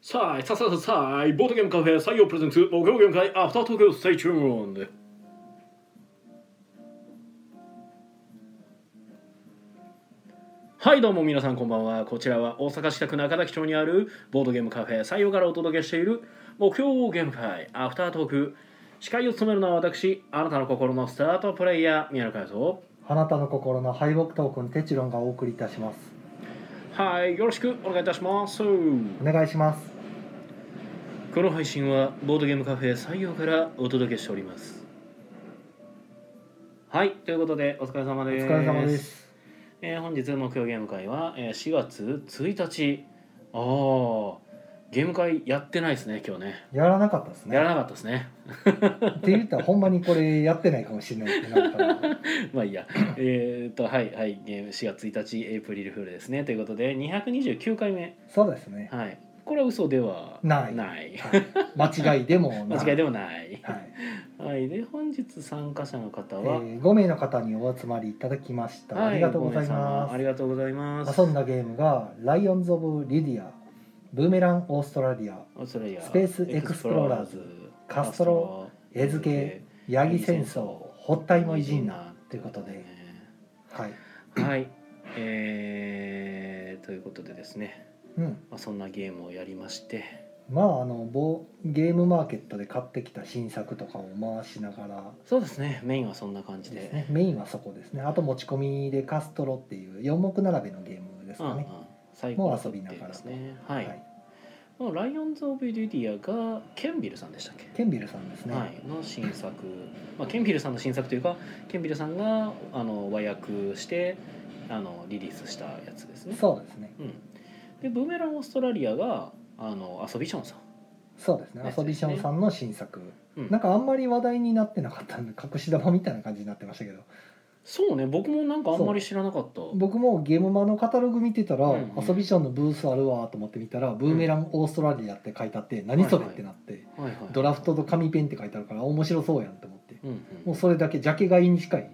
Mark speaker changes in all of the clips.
Speaker 1: さあ、さあさあさあ、ボードゲームカフェ採用プレゼンツ、木曜ゲーム会、アフタートーク、ステイチューンで。はいどうも皆さんこんばんはこちらは大阪市北区中崎町にあるボードゲームカフェ採用からお届けしている目標ゲーム会アフタートーク司会を務めるのは私あなたの心のスタートプレイヤー宮野佳代と
Speaker 2: あなたの心の敗北トークンテチロンがお送りいたします
Speaker 1: はいよろしくお願いいたします
Speaker 2: お願いします
Speaker 1: この配信はボードゲームカフェ採用からお届けしておりますはいということでお疲れ様
Speaker 2: お
Speaker 1: です
Speaker 2: 疲れ様です
Speaker 1: えー本日の木曜ゲーム会は、えー4月1日ああゲーム会やってないですね今日ね
Speaker 2: やらなかったですね
Speaker 1: やらなかったですね
Speaker 2: って言ったらほんまにこれやってないかもしれないってなるから
Speaker 1: まあいいやえーっとはいはいゲーム4月1日エイプリルフールですねということで229回目
Speaker 2: そうですね
Speaker 1: はいこれは嘘では
Speaker 2: ない
Speaker 1: ない
Speaker 2: はい間違いでもない
Speaker 1: 間違いでもない
Speaker 2: はい
Speaker 1: はいで本日参加者の方
Speaker 2: え
Speaker 1: は、
Speaker 2: ー、5名の方にお集まりいただきました、
Speaker 1: はい
Speaker 2: ありがとうござい
Speaker 1: ごめんなさ
Speaker 2: ま
Speaker 1: いありがとうございます
Speaker 2: す遊んだゲームが「ライオンズ・オブ・リディア」「ブーメラン・オーストラリア」
Speaker 1: オーストラリア
Speaker 2: スペースエクスプローラーズカストロエズケ「ヤギ戦争」「ホッタイモイジンナ」ということで、はい
Speaker 1: はいえー、ということでですね、
Speaker 2: うん、
Speaker 1: まあ、そんなゲームをやりまして
Speaker 2: まああのボゲームマーケットで買ってきた新作とかを回しながら
Speaker 1: そうですねメインはそんな感じで
Speaker 2: ですねメインはそこですねあと持ち込みでカストロっていう4目並べのゲームです
Speaker 1: うん
Speaker 2: か
Speaker 1: うん
Speaker 2: ね、
Speaker 1: 最後
Speaker 2: もう遊びながら
Speaker 1: ですねはい、
Speaker 2: はい
Speaker 1: もうライオンズ・オブ・リディアがケンビルさんでしたっけ
Speaker 2: ケンビルさんですね、
Speaker 1: はい、の新作、まあ、ケンビルさんの新作というかケンビルさんがあの和訳してあのリリースしたやつですね。
Speaker 2: そうですね
Speaker 1: うん、でブーメランオーストラリアがあの遊びションさん。
Speaker 2: そうです
Speaker 1: で
Speaker 2: ね
Speaker 1: すね
Speaker 2: アソビションさんの新作、
Speaker 1: うん
Speaker 2: なんかあんまり話題になってなかったんで隠し玉みたいな感じになってましたけど
Speaker 1: そうね僕もなんかあんまり知らなかった。
Speaker 2: 僕もゲームマのカタログ見てたら、
Speaker 1: うんうん
Speaker 2: アソビションのブースあるわと思って見たら「ブーメランオーストラリア」って書いてあって「何それ?」ってなって、
Speaker 1: はいはい、
Speaker 2: ドラフトと紙ペンって書いてあるから面白そうやんと思って
Speaker 1: うんうん
Speaker 2: もうそれだけジャケ買いに近い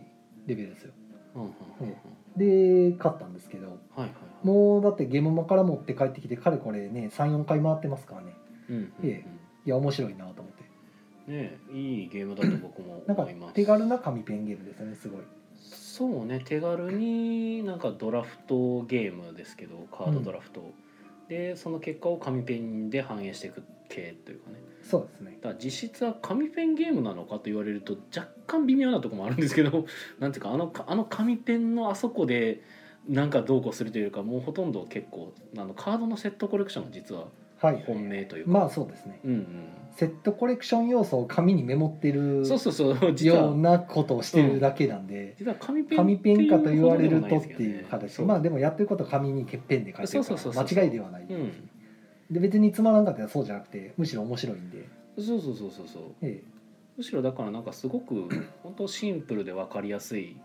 Speaker 2: レベルですよ
Speaker 1: うんうんうんうん
Speaker 2: ねで買ったんですけど
Speaker 1: はいはいも
Speaker 2: もうだってゲームマから持って帰ってきてかれこれね34回回ってますからね
Speaker 1: うんうんうん
Speaker 2: えいや面白いなと思って
Speaker 1: ねいいゲームだと僕も
Speaker 2: なんか
Speaker 1: 思います。
Speaker 2: 手軽な紙ペンゲームですねすごい
Speaker 1: そうね手軽になんかドラフトゲームですけどカードドラフト、でその結果を紙ペンで反映していく系というかね
Speaker 2: そうですね
Speaker 1: だから実質は紙ペンゲームなのかと言われると若干微妙なとこもあるんですけど なんていうかあのかあの紙ペンのあそこでなんかどうこうするというよりかもうほとんど結構あのカードのセットコレクションが実は
Speaker 2: はい
Speaker 1: 本命というか、
Speaker 2: まあそうですね
Speaker 1: うんうん
Speaker 2: セットコレクション要素を紙にメモってる
Speaker 1: そうそうそう実
Speaker 2: よう
Speaker 1: は
Speaker 2: なことをしてるだけなんで、
Speaker 1: 実は紙ペン
Speaker 2: 紙ペンかと言われるとっ
Speaker 1: っててい
Speaker 2: いうう
Speaker 1: ほどでもないですけ
Speaker 2: 形
Speaker 1: どねそう
Speaker 2: まあでもやってることは紙に欠片で書いてる
Speaker 1: そう
Speaker 2: か
Speaker 1: そうそう
Speaker 2: ら
Speaker 1: そう
Speaker 2: 間違いではない、
Speaker 1: うん
Speaker 2: で別につまらんかったらそうじゃなくてむしろ面白いんで、
Speaker 1: そうそうそうそうそう
Speaker 2: ええ
Speaker 1: むしろだからなんかすご く本当シンプルで分かりやすい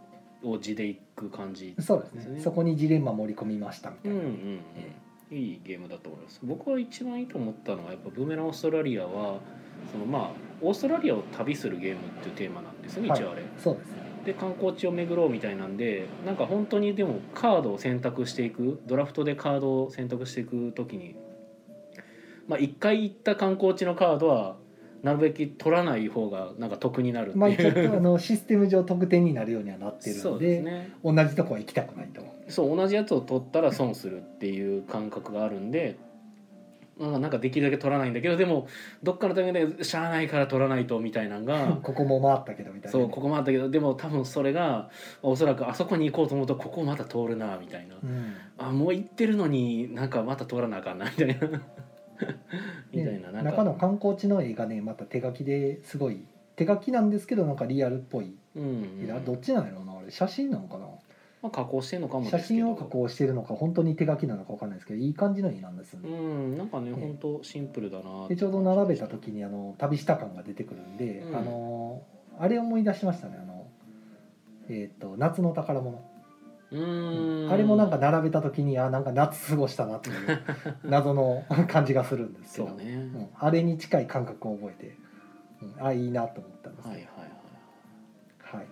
Speaker 1: を字でいく感じ
Speaker 2: そうですねそこにジレンマ盛り込みましたみた
Speaker 1: う
Speaker 2: い
Speaker 1: ん
Speaker 2: な、
Speaker 1: うんうんい
Speaker 2: え
Speaker 1: いゲームだと思います僕は一番いいと思ったのはやっぱブーメランオーストラリアはそのまあオーストラリアを旅するゲームっていうテーマなんですよね、
Speaker 2: はい
Speaker 1: 一応あれ
Speaker 2: そうですね
Speaker 1: で観光地を巡ろうみたいなんでなんか本当にでもカードを選択していくドラフトでカードを選択していく時に、まあ、1回行った観光地のカードはなるべく取らない方がなんか得になるっていう、
Speaker 2: まあち ょっとあのシステム上得点になるようにはなってる
Speaker 1: そ
Speaker 2: の
Speaker 1: う
Speaker 2: で
Speaker 1: ですね
Speaker 2: 同じとこは行きたくないと
Speaker 1: そう同じやつを取ったら損するっていう感覚があるんでなんかなんかできるだけ取らないんだけどでもどっかのタイミングでしゃあないから取らないとみたいなん が
Speaker 2: ここも回ったけどみたいな
Speaker 1: そ
Speaker 2: ね、
Speaker 1: うここもあったけどでも多分それがおそらくあそこに行こうと思うとここまた通るなみたいな
Speaker 2: うん
Speaker 1: あもう行ってるのになんかまた通らなあかんなみたいな みたいな
Speaker 2: ね
Speaker 1: なん
Speaker 2: 中
Speaker 1: か
Speaker 2: の観光地の絵がねまた手書きですごい手書きなんですけどなんかリアルっぽい、
Speaker 1: うんうん
Speaker 2: いやどっちなんやろうなあれ写真なのかな
Speaker 1: まあ加工してんのかもですけ
Speaker 2: 写
Speaker 1: ど
Speaker 2: 真を加工してるのか本当に手書きなのかわかんないですけどいい感じの絵なんですよ
Speaker 1: う
Speaker 2: ね、
Speaker 1: んなんかね
Speaker 2: ね
Speaker 1: 本当シンプルだなって
Speaker 2: でちょうど並べた時にあの旅した感が出てくるんで、
Speaker 1: うん
Speaker 2: あのあれ思い出しましたねあのえっ、と夏の宝物
Speaker 1: うん
Speaker 2: あれもなんか並べた時にあなんか夏過ごしたなっていう 謎の 感じがするんですけ
Speaker 1: そ
Speaker 2: ど
Speaker 1: うね、
Speaker 2: うんあれに近い感覚を覚えて、うんあいいなと思ったんです
Speaker 1: はい
Speaker 2: ね
Speaker 1: はいはい
Speaker 2: はい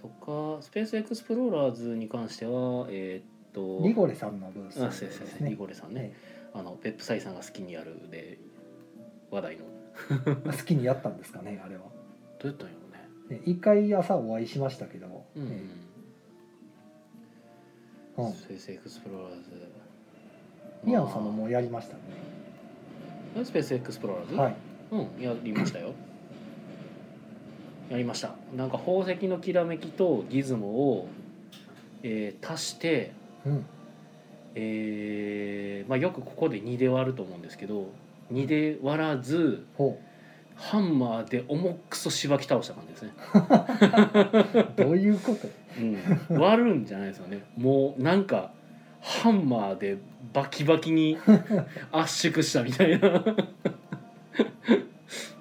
Speaker 1: とかスペースエクスプローラーズに関してはえーっと
Speaker 2: リゴレさんのブース
Speaker 1: あそうそうそうリゴレさんね、
Speaker 2: え
Speaker 1: あのペップサイさんが好きにやるで話題のど
Speaker 2: 好きにやったんですかねあれは
Speaker 1: うやったんやろうね
Speaker 2: ね一回朝お会いしましたけど、
Speaker 1: うん、
Speaker 2: ええうん
Speaker 1: スペースエクスプローラーズ
Speaker 2: 宮野さんももうやりましたね、
Speaker 1: あスペースエクスプローラーズ
Speaker 2: はい
Speaker 1: うんやりましたよやりましたなんか宝石のきらめきとギズモを、えー足して、
Speaker 2: うん
Speaker 1: えーまあ、よくここで2で割ると思うんですけど2で割らず
Speaker 2: ほ
Speaker 1: ハンマーで重くそしばき倒した感じですね、
Speaker 2: うどういうこと
Speaker 1: うん、割るんじゃないですよねもうなんかハンマーでバキバキ に圧縮したみたいな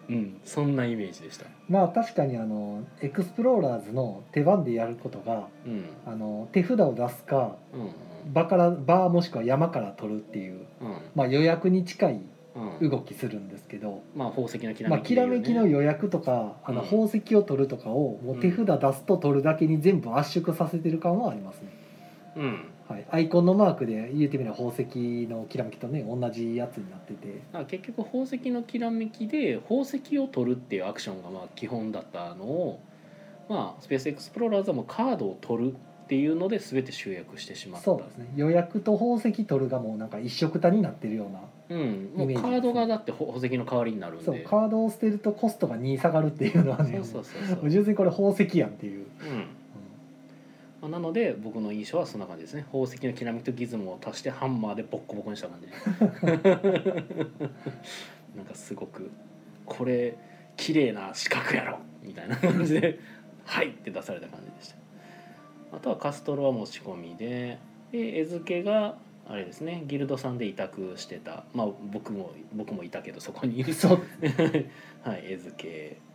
Speaker 1: うんそんなイメージでした
Speaker 2: まあ確かにあのエクスプローラーズの手番でやることが
Speaker 1: うん
Speaker 2: あの手札を出すか
Speaker 1: うん
Speaker 2: 場からバーもしくは山から取るっていう、
Speaker 1: う
Speaker 2: まあ、予約に近い
Speaker 1: んうん
Speaker 2: 動きするんですけど、
Speaker 1: まあ宝石のきら
Speaker 2: まあ、
Speaker 1: めき
Speaker 2: き
Speaker 1: でい
Speaker 2: ら
Speaker 1: いよね、
Speaker 2: めきの予約とかあの
Speaker 1: うん
Speaker 2: 宝石を取るとかをもう手札出すと取るだけに全部圧縮させてる感はありますね、
Speaker 1: うん
Speaker 2: はい、アイコンのマークで言ってみれば宝石のきらめきとね同じやつになってて
Speaker 1: まあ結局宝石のきらめきで宝石を取るっていうアクションがまあ基本だったのをまあスペースエクスプローラーズはもうカードを取るっていうので全て集約してしまった
Speaker 2: そうですね予約と宝石取るがもうなんか一色たになってるような
Speaker 1: うん、も
Speaker 2: イ
Speaker 1: う
Speaker 2: メージ
Speaker 1: カードがだってほ宝石の代わりになるんで
Speaker 2: そうカードを捨てるとコストが2下がるっていうのはね
Speaker 1: そうそうそうそう、
Speaker 2: もう純粋にこれ宝石やんっていう、
Speaker 1: うんまあ、なので僕の印象はそんな感じですね宝石のきらめきとギズモを足してハンマーでボッコボコにした感じなんかすごくこれ綺麗な四角やろみたいな感じで「はい!」って出された感じでしたあとはカストロは持ち込みでで餌付けがあれですねギルドさんで委託してたまあ僕も僕もいたけどそこに
Speaker 2: うんそう
Speaker 1: はい、絵付け。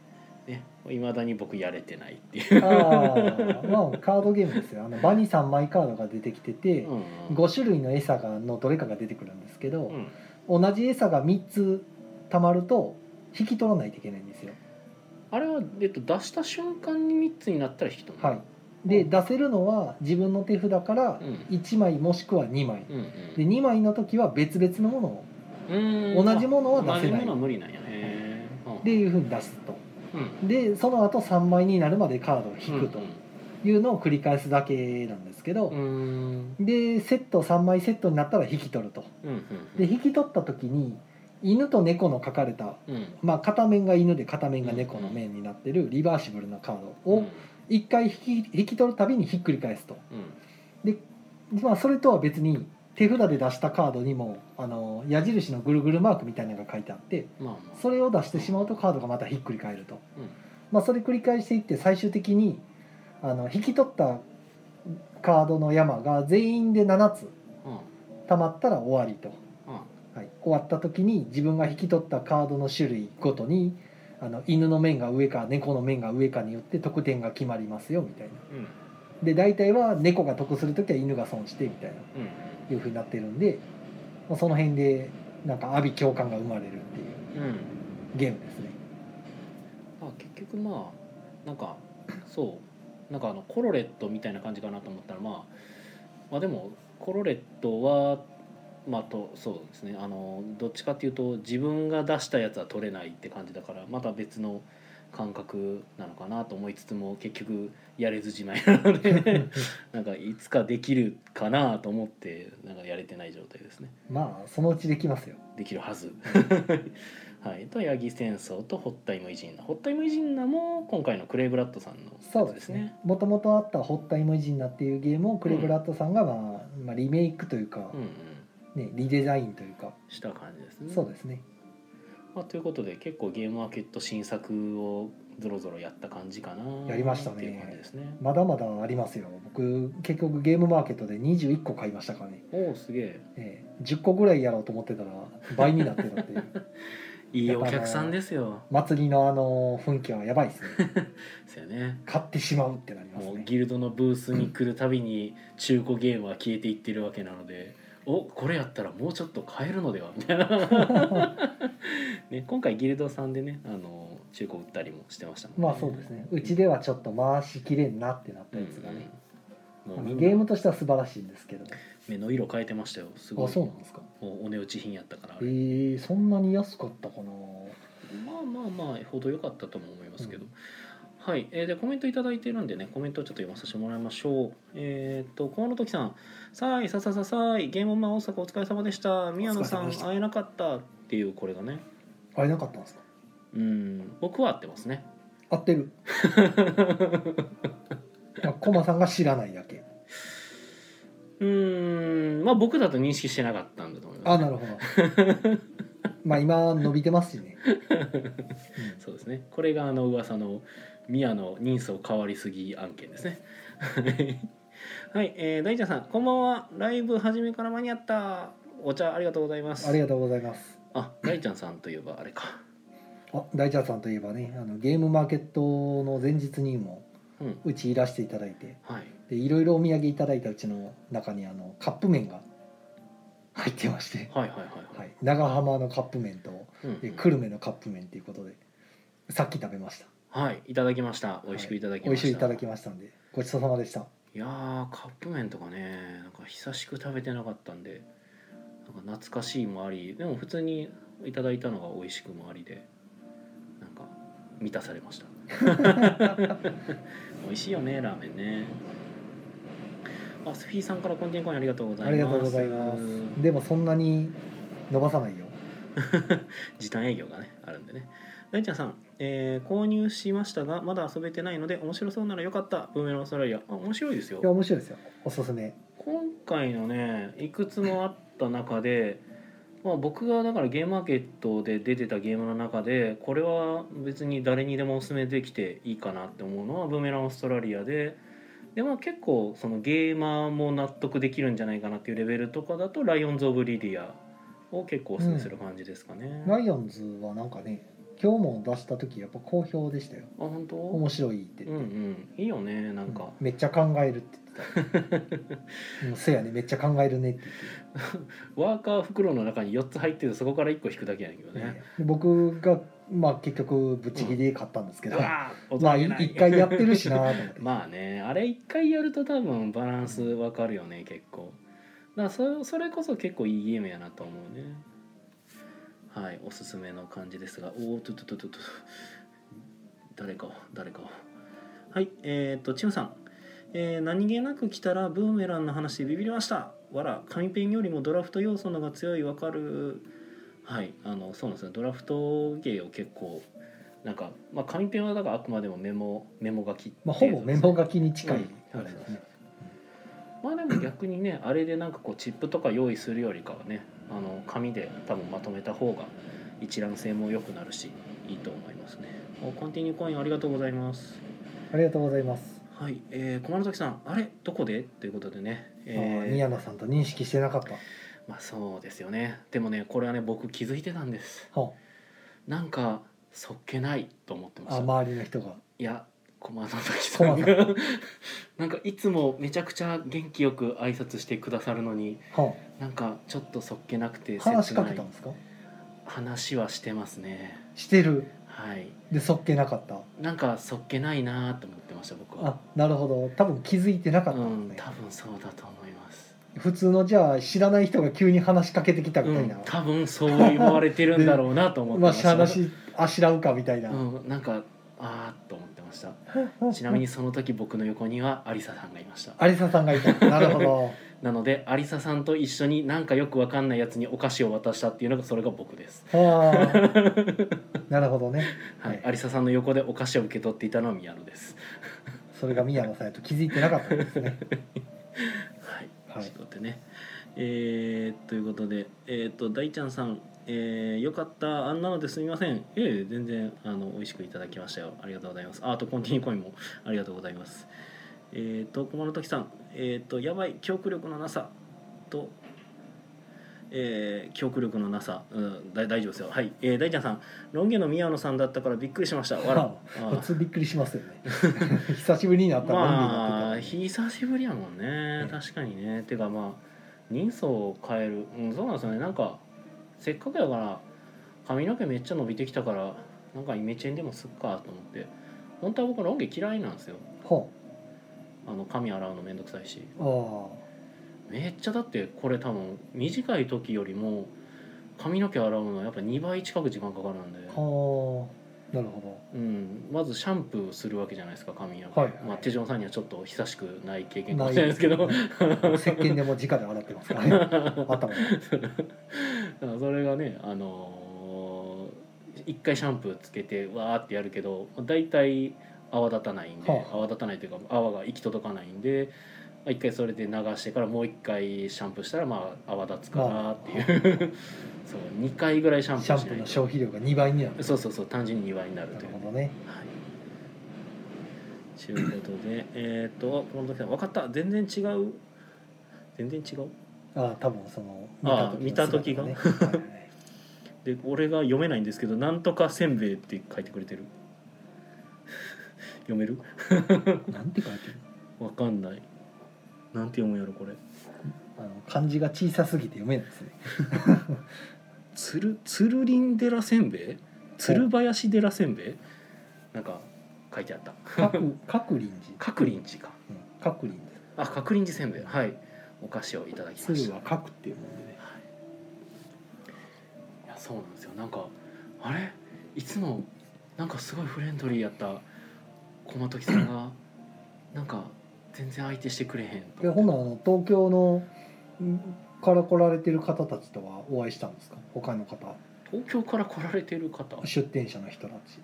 Speaker 1: ね、いまだに僕やれてないっていう。
Speaker 2: あーまあカードゲームですよあの場に3枚カードが出てきてて、
Speaker 1: うんうん
Speaker 2: 5種類の餌がのどれかが出てくるんですけど
Speaker 1: う、ん
Speaker 2: 同じ餌が3つたまると引き取らないといけないんですよ、
Speaker 1: あれは、えっと、出した瞬間に三つになったら引き止める。
Speaker 2: はいで、
Speaker 1: うん
Speaker 2: 出せるのは自分の手札から
Speaker 1: うん
Speaker 2: 1枚もしくは2枚、
Speaker 1: うん
Speaker 2: で2枚の時は別々のものを
Speaker 1: うん。うん
Speaker 2: 同じものは出せ
Speaker 1: 同
Speaker 2: ない
Speaker 1: じものは無理なんやね。へー
Speaker 2: って、いうふうに出すと
Speaker 1: うん
Speaker 2: でその後3枚になるまでカードを引くと
Speaker 1: う
Speaker 2: いうのを繰り返すだけなんですけど、
Speaker 1: んうん。
Speaker 2: でセット3枚セットになったら引き取ると
Speaker 1: うん。
Speaker 2: で引き取った時に犬と猫の書かれた、
Speaker 1: うん。
Speaker 2: まあ、片面が犬で片面が猫の面になってるリバーシブルなカード
Speaker 1: う
Speaker 2: を
Speaker 1: ん
Speaker 2: 1回引き引き取るたびにひっくり返すと、
Speaker 1: うん
Speaker 2: まあ、それとは別に手札で出したカードにもあの矢印のぐるぐるマークみたいなのが書いてあって
Speaker 1: まあまあ。
Speaker 2: それを出してしまうとカードがまたひっくり返ると、
Speaker 1: うん
Speaker 2: まあ、それ繰り返していって最終的にあの引き取ったカードの山が全員で7つ
Speaker 1: うん。
Speaker 2: 溜まったら終わりと。
Speaker 1: うん
Speaker 2: はい、終わった時に自分が引き取ったカードの種類ごとにあの犬の面が上か猫の面が上かによって得点が決まりますよみたいな
Speaker 1: うん。
Speaker 2: で大体は猫が得する時は犬が損してみたいな
Speaker 1: うん。
Speaker 2: いう風になってるんで、まあ、その辺でなんか阿鼻共感が生まれるっていう
Speaker 1: うん。
Speaker 2: ゲームですね
Speaker 1: まあ、結局まあなんかそうなんかあのコロレットみたいな感じかなと思ったらまあまあでもコロレットはまあとそうですねあのどっちかっていうと自分が出したやつは取れないって感じだからまた別の感覚なのかなと思いつつも結局やれずじまいなの で なんかいつかできるかなと思ってなんかやれてない状態ですね。
Speaker 2: まあそのうちできますよ
Speaker 1: できるはず。 はい、と八木戦争とホッタイムイジンナホッタイムイジンナも今回のクレイブラッドさんの
Speaker 2: そうですねもともとあった「ホッタイムジンナ」っていうゲームをクレブラットさんが、まあまあ、リメイクというか
Speaker 1: う、んうん
Speaker 2: ね、リデザインというか、
Speaker 1: した感じですね。
Speaker 2: そうですね
Speaker 1: まあ、ということで結構ゲームマーケット新作をぞろぞろやった感じかな
Speaker 2: やりましたね
Speaker 1: っていう感じですね。
Speaker 2: まだまだありますよ僕結局ゲームマーケットで21個買いましたからね、
Speaker 1: おおすげえ
Speaker 2: ええ10個ぐらいやろうと思ってたら倍になってたっていう
Speaker 1: いいお客さんですよ。
Speaker 2: 祭りのあの雰囲気はやばいですね
Speaker 1: ですよね。
Speaker 2: 買ってしまうってなります
Speaker 1: もう
Speaker 2: ね
Speaker 1: ギルドのブースに来るたびに中古ゲームは消えていってるわけなのでおこれやったらもうちょっと買えるのではみたい な、ね、今回ギルドさんでねあの中古売ったりもしてましたもん
Speaker 2: まあそうですねうちではちょっと回しきれんなってなったやつがね、
Speaker 1: うんう
Speaker 2: あ
Speaker 1: んもう
Speaker 2: の
Speaker 1: みんな
Speaker 2: ゲームとしては素晴らしいんですけど、
Speaker 1: 目の色変えてましたよすごい
Speaker 2: あそうなんですか
Speaker 1: おお値打ち品やったからあ
Speaker 2: え
Speaker 1: れ
Speaker 2: ー、そんなに安かったかな
Speaker 1: まあまあまあ程よかったとも思いますけど、
Speaker 2: うん
Speaker 1: はい、えーでコメントいただいてるんでねコメントをちょっと読ませてもらいましょうえーっと河野時さん「さいささささいゲームマン大阪お疲れ様でした宮野さ
Speaker 2: お
Speaker 1: ん
Speaker 2: 疲れ様でした
Speaker 1: 会えなかった」っていうこれがね
Speaker 2: あれなかったんですか
Speaker 1: うん僕は合ってますね
Speaker 2: 合っ てるあコマさんが知らないだけ
Speaker 1: うんまあ僕だと認識してなかったんだと思います
Speaker 2: あなるほ どまあ今伸びてますしね、うん
Speaker 1: そうですねこれがあの噂の宮野人相変わりすぎ案件ですね はい、えー、大ちゃんさんこんばんはライブ始めから間に合ったお茶ありがとうございます
Speaker 2: ありがとうございます
Speaker 1: あ大ちゃんさんといえばあれか
Speaker 2: あ大ちゃんさんといえばねあのゲームマーケットの前日にも
Speaker 1: うん
Speaker 2: うちいらしていただいて
Speaker 1: はい
Speaker 2: でいろいろお土産いただいたうちの中にあのカップ麺が入ってまして、
Speaker 1: はいはいはいは、
Speaker 2: はいい、長浜のカップ麺と
Speaker 1: うんうん
Speaker 2: で久留米のカップ麺ということでさっき食べました
Speaker 1: はいいただきました美味しくいただき
Speaker 2: 美
Speaker 1: ま
Speaker 2: 味し
Speaker 1: した、
Speaker 2: いいただきましたんでごちそうさまでした
Speaker 1: いやーカップ麺とかねなんか久しく食べてなかったんでなんか懐かしいもありでも普通にいただいたのが美味しくもありでなんか満たされました 美味しいよねラーメンねあスフィーさんからコンテンコインありがとうございます
Speaker 2: ありがとうございますでもそんなに伸ばさないよ
Speaker 1: 時短営業がねあるんでね大ちゃんさん、えー購入しましたがまだ遊べてないので面白そうならよかったブーメランオーストラリアあ面白いですよ
Speaker 2: いや面白いですよおすすめ
Speaker 1: 今回のねいくつもあった中で、まあ、僕がだからゲームマーケットで出てたゲームの中でこれは別に誰にでもおすすめできていいかなって思うのは「ブーメランオーストラリアで」で、まあ、結構そのゲーマーも納得できるんじゃないかなっていうレベルとかだと「ライオンズ・オブ・リディア」を結構おすすめする感じですかね。
Speaker 2: ラ
Speaker 1: あ
Speaker 2: イオンズはなんかね今日も出した時やっぱ好評でしたよ
Speaker 1: 本当
Speaker 2: 面白いって
Speaker 1: うんうんいいよねなんか、
Speaker 2: めっちゃ考えるって言 ってたうんせやねめっちゃ考えるねって
Speaker 1: ワーカー袋の中に4つ入ってるそこから1個引くだけやねんけど
Speaker 2: 言って、
Speaker 1: ね。
Speaker 2: ね、で僕がまあ結局ぶっちぎりで買ったんですけど、
Speaker 1: うわー大
Speaker 2: まあ
Speaker 1: 人げ
Speaker 2: い
Speaker 1: ない
Speaker 2: 一回やってるしなと思って、
Speaker 1: まあねあれ一回やると多分バランスわかるよね結構だからそれそれこそ結構いいゲームやなと思うねはいおすすめの感じですがおおととととと誰かを誰かをはいえっ、とチムさん、えー何気なく来たらブーメランの話でビビりましたわら紙ペンよりもドラフト要素のが強いわかるはいあのそうなんですよドラフト芸を結構なんか、まあ、紙ペンはだからあくまでもメモメモ書き
Speaker 2: まあ、ほぼメモ
Speaker 1: き
Speaker 2: 書きに近い
Speaker 1: うん
Speaker 2: あれですね、
Speaker 1: まあでも逆にねあれでなんかこうチップとか用意するよりかはねあの紙で多分まとめた方が一覧性も良くなるしいいと思いますねおコンティニューコインありがとうございます
Speaker 2: ありがとうございます、
Speaker 1: はいえー、駒の崎さんあれどこでということでね、
Speaker 2: あ
Speaker 1: え
Speaker 2: ー、
Speaker 1: ー
Speaker 2: 宮野さんと認識してなかった
Speaker 1: まあそうですよねでもねこれはね僕気づいてたんです
Speaker 2: は
Speaker 1: なんかそっけないと思ってま
Speaker 2: あ、あ
Speaker 1: した
Speaker 2: 周りの人が
Speaker 1: いや駒の崎さん
Speaker 2: 駒
Speaker 1: が なんかいつもめちゃくちゃ元気よく挨拶してくださるのに
Speaker 2: は
Speaker 1: なんかちょっとそっけなくて
Speaker 2: あ、話し
Speaker 1: 切
Speaker 2: か
Speaker 1: な
Speaker 2: け
Speaker 1: い
Speaker 2: たんですか
Speaker 1: 話はしてますね
Speaker 2: してる
Speaker 1: はい
Speaker 2: でそっけなかった
Speaker 1: なんかそっけないなと思ってました僕は
Speaker 2: あなるほど多分気づいてなか
Speaker 1: う
Speaker 2: ったん
Speaker 1: ん
Speaker 2: ですね
Speaker 1: 多、分そうだと思います
Speaker 2: 普通のじゃあ知らない人が急に話しかけてきたみたいな
Speaker 1: うん、多分そう言われてるんだろうなと思って
Speaker 2: ま
Speaker 1: ま
Speaker 2: あ
Speaker 1: した
Speaker 2: 話あしらうかみたいな、
Speaker 1: うんなんかあーっと思ってましたちなみにその時僕の横には有沙さんがいました
Speaker 2: アリサさんがいたなるほど
Speaker 1: なので有沙さんと一緒になんかよくわかんないやつにお菓子を渡したっていうのがそれが僕です
Speaker 2: あーなるほどね
Speaker 1: はい
Speaker 2: はい
Speaker 1: 有沙さんの横でお菓子を受け取っていたのは宮野です
Speaker 2: それが宮野さんやと気づいてなかったんですね
Speaker 1: はい、
Speaker 2: はい
Speaker 1: ちょっと待ってね。えーということで、えー、と大ちゃんさん、えーよかったあんなのですみません。ええ全然あの美味しくいただきましたよ。ありがとうございます。ああとコンティニューコインもありがとうございます。えー、と駒の時さん、えー、とやばい記憶力のなさと。えー記憶力のなさ、うん、だ大丈夫ですよはい、えー大ちゃんさんロン毛の宮野さんだったからびっくりしましたわらあ
Speaker 2: 普
Speaker 1: ー
Speaker 2: 通びっくりしますよね 久しぶりになったら
Speaker 1: ま
Speaker 2: 何
Speaker 1: あ
Speaker 2: でになって
Speaker 1: 久しぶりやもんね
Speaker 2: ね
Speaker 1: 確かにねてかまあ人相を変える、うん、そうなんですよねなんかせっかくやから髪の毛めっちゃ伸びてきたからなんかイメチェンでもすっかと思って本当は僕ロン毛嫌いなんですよ
Speaker 2: たは
Speaker 1: あの髪洗うのめんどくさいし
Speaker 2: ああ
Speaker 1: めっちゃだってこれ多分短い時よりも髪の毛洗うのはやっぱ2倍近く時間かかるんで、
Speaker 2: はあなるほ
Speaker 1: うん、まずシャンプーするわけじゃないですか髪の毛、
Speaker 2: はいはい
Speaker 1: まあ、手錠さんにはちょっと久しくない経
Speaker 2: ど
Speaker 1: 験かもしれないですけど
Speaker 2: ない石鹸でもう直で洗ってますからね 頭
Speaker 1: だからそれがねあのー一回シャンプーつけてわーってやるけどだいたい泡立たないんで、
Speaker 2: はあ
Speaker 1: 泡立たないというか泡が行き届かないんでまあ一回それで流してからもう一回シャンプーしたらまあ泡立つかなっていう、 そう2回ぐらいシャンプ
Speaker 2: シャ
Speaker 1: ー
Speaker 2: ン
Speaker 1: し
Speaker 2: プ
Speaker 1: な
Speaker 2: ー
Speaker 1: い
Speaker 2: の
Speaker 1: と
Speaker 2: 消費量が2倍になる
Speaker 1: そうそうそう単純に2倍になる
Speaker 2: な
Speaker 1: と
Speaker 2: る
Speaker 1: いう、ね
Speaker 2: ほどね
Speaker 1: はいということでえーっとこの時は分かった全然違う全然違う
Speaker 2: ああ多分その
Speaker 1: ああ
Speaker 2: の
Speaker 1: 見
Speaker 2: 姿ねはいはいはい
Speaker 1: で俺が読めないんですけど「なんとかせんべい」って書いてくれてる 読める
Speaker 2: なんて書いてる
Speaker 1: わかんないなんて読むんやろこれ
Speaker 2: のあの漢字が小さすぎて読めないですね
Speaker 1: 「つるつるりん寺せんべい」「つる林寺せんべい」なんか書いてあった
Speaker 2: 各各臨時
Speaker 1: 「角林寺」か
Speaker 2: うん各臨
Speaker 1: あ角林寺せんべいはいお菓子をいただき
Speaker 2: 時
Speaker 1: ますし
Speaker 2: ぐ
Speaker 1: た
Speaker 2: は各っていうもんでね
Speaker 1: いやそうなんですよなんかあれいつもなんかすごいフレンドリーやった駒時さんがなんか全然相手してくれへんと
Speaker 2: でほなあの東京のんから来られてる方たちとはお会いしたんですか他の方
Speaker 1: 東京から来られてる方あ
Speaker 2: 出店者の人たち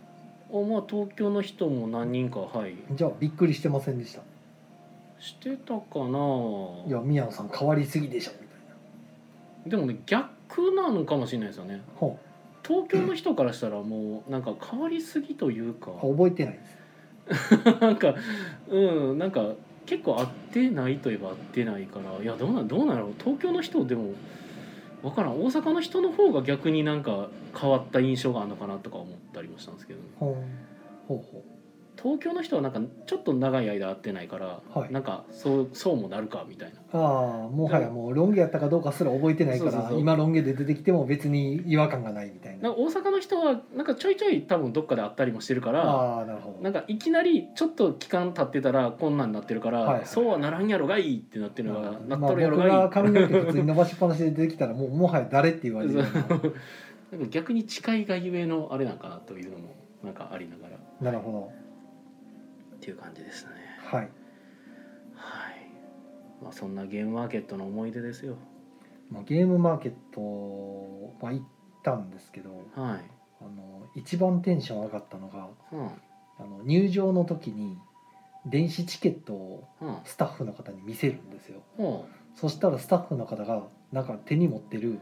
Speaker 1: まあ東京の人も何人かはい
Speaker 2: じゃあびっくりしてませんでした
Speaker 1: してたかない
Speaker 2: や宮野さん変わりすぎでしょみた
Speaker 1: で
Speaker 2: いな
Speaker 1: もね逆なのかもしれないですよね
Speaker 2: ほ
Speaker 1: 東京の人からしたらもうなんか変わりすぎというか
Speaker 2: うあ覚えてないです
Speaker 1: なんかうんなんか結構合ってないといえば合ってないからいやどうなんどうなんやろう東京の人でもわからん大阪の人の方が逆になんか変わった印象があるのかなとか思ったりもしたんですけど、ね、
Speaker 2: ほうほうほ
Speaker 1: 東京の人はなんかちょっと長い間会ってないから、
Speaker 2: はい
Speaker 1: なんかそうそうもなるかみたいな
Speaker 2: うああもはやもうロン毛やったかどうかすら覚えてないから
Speaker 1: そうそうそう
Speaker 2: 今ロン毛で出てきても別に違和感がないみたい
Speaker 1: な
Speaker 2: なん
Speaker 1: か大阪の人はなんかちょいちょい多分どっかで会ったりもしてるから
Speaker 2: ああなるほ
Speaker 1: な
Speaker 2: ど
Speaker 1: んかいきなりちょっと期間経ってたらこんなんなってるから、
Speaker 2: はいはいはい
Speaker 1: そうはならんやろがいってなってるのが、
Speaker 2: まあ
Speaker 1: なっと
Speaker 2: 僕
Speaker 1: るやろがい
Speaker 2: が髪の毛普通に伸ばしっぱなしで出てきたらもう もはや誰って言われるような
Speaker 1: なんか逆に近いがゆえのあれなんかなというのもなんかありながらっ
Speaker 2: なるほ
Speaker 1: ていう感じでしたね
Speaker 2: どはい、
Speaker 1: はい、まあ、そんなゲームマーケットの思い出ですよ
Speaker 2: まあ、ゲームマーケットは行ったんですけど
Speaker 1: は
Speaker 2: あの一番テンション上がったのが
Speaker 1: いうん
Speaker 2: あの入場の時に電子チケットを
Speaker 1: うん
Speaker 2: スタッフの方に見せるんですよ
Speaker 1: ほ
Speaker 2: そしたらスタッフの方がなんか手に持って
Speaker 1: う
Speaker 2: る
Speaker 1: うん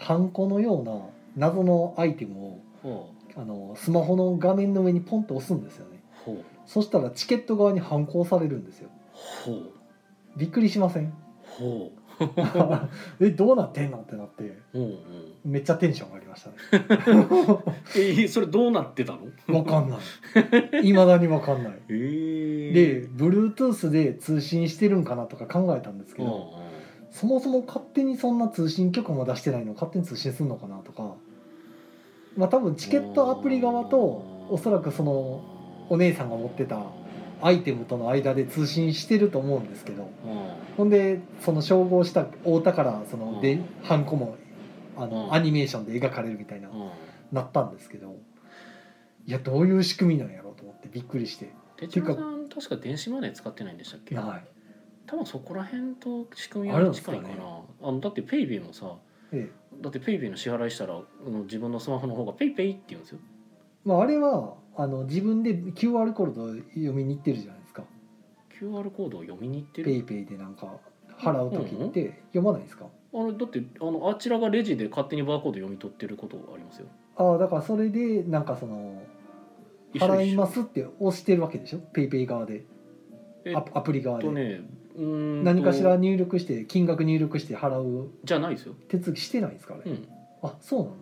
Speaker 2: ハンコのような謎のアイテムを
Speaker 1: ほ
Speaker 2: あのスマホの画面の上にポンと押すんですよね
Speaker 1: うほう
Speaker 2: そしたらチケット側に反抗されるんですよ
Speaker 1: ほう
Speaker 2: びっくりしません
Speaker 1: ほう
Speaker 2: えどうなってんのってなって
Speaker 1: ほううん
Speaker 2: めっちゃテンション上がりましたね
Speaker 1: えそれどうなってたの
Speaker 2: わかんないいまだにわかんない
Speaker 1: えー、
Speaker 2: で Bluetooth で通信してるんかなとか考えたんですけ
Speaker 1: うんう
Speaker 2: ど、
Speaker 1: ん
Speaker 2: そもそも勝手にそんな通信局も出してないの勝手に通信するのかなとかまあ多分チケットアプリ側とおそらくそのお姉さんが持ってたアイテムとの間で通信してると思うんですけど
Speaker 1: うん
Speaker 2: ほんでその照合した太田からその
Speaker 1: う
Speaker 2: で
Speaker 1: ん
Speaker 2: ハンコもあ
Speaker 1: うん
Speaker 2: のアニメーションで描かれるみたいな
Speaker 1: うん
Speaker 2: なったんですけどいやどういう仕組みなんやろうと思ってびっくりして
Speaker 1: 手帳さん確か電子マネー使ってないんでしたっけ
Speaker 2: はい
Speaker 1: 多分そこら辺と仕組み
Speaker 2: ある
Speaker 1: は
Speaker 2: んです
Speaker 1: 近
Speaker 2: か
Speaker 1: い
Speaker 2: ね
Speaker 1: かなあのだってペイペイもさ
Speaker 2: ええ
Speaker 1: だってペイペイの支払いしたらあの自分のスマホの方がペイペイって言うんですよ
Speaker 2: まああれはあの自分で QR コード読みに行ってるじゃないですか
Speaker 1: QR コードを読みに行って
Speaker 2: ペイ
Speaker 1: る
Speaker 2: ペイでなんか払う時って読まないですか、
Speaker 1: あれだってあのあちらがレジで勝手にバーコード読み取ってることありますよ
Speaker 2: ああだからそれでなんかその
Speaker 1: 一緒
Speaker 2: 払い
Speaker 1: 一緒
Speaker 2: ますって押してるわけでしょペイペイ側で
Speaker 1: えっ
Speaker 2: アアプリ側で、
Speaker 1: とねうーんと
Speaker 2: 何かしら入力して金額入力して払う
Speaker 1: じゃないですよ
Speaker 2: 手続きしてないんですかあれ、
Speaker 1: うん
Speaker 2: あそうなの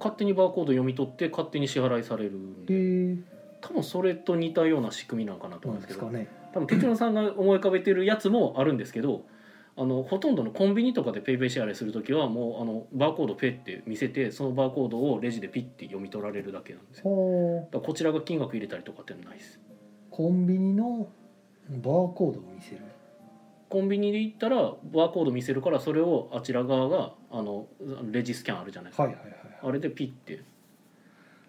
Speaker 1: 勝手にバーコード読み取って勝手に支払いされるんで
Speaker 2: へえ
Speaker 1: 多分それと似たような仕組みなんかなと
Speaker 2: な
Speaker 1: 思うん
Speaker 2: ん
Speaker 1: ですけ
Speaker 2: です
Speaker 1: ど
Speaker 2: かね
Speaker 1: 多分哲郎さんが思い浮かべてるやつもあるんですけどあのほとんどのコンビニとかでペイペイ支払いする時はもうあのバーコードペって見せてそのバーコードをレジでピッて読み取られるだけなんですよ
Speaker 2: ほう
Speaker 1: だからこちらが金額入れたりとかってないです
Speaker 2: コンビニのバーコードを見せる
Speaker 1: コンビニで行ったらバーコード見せるからそれをあちら側があのレジスキャンあるじゃないですか、
Speaker 2: はいはいはい
Speaker 1: あれでピッて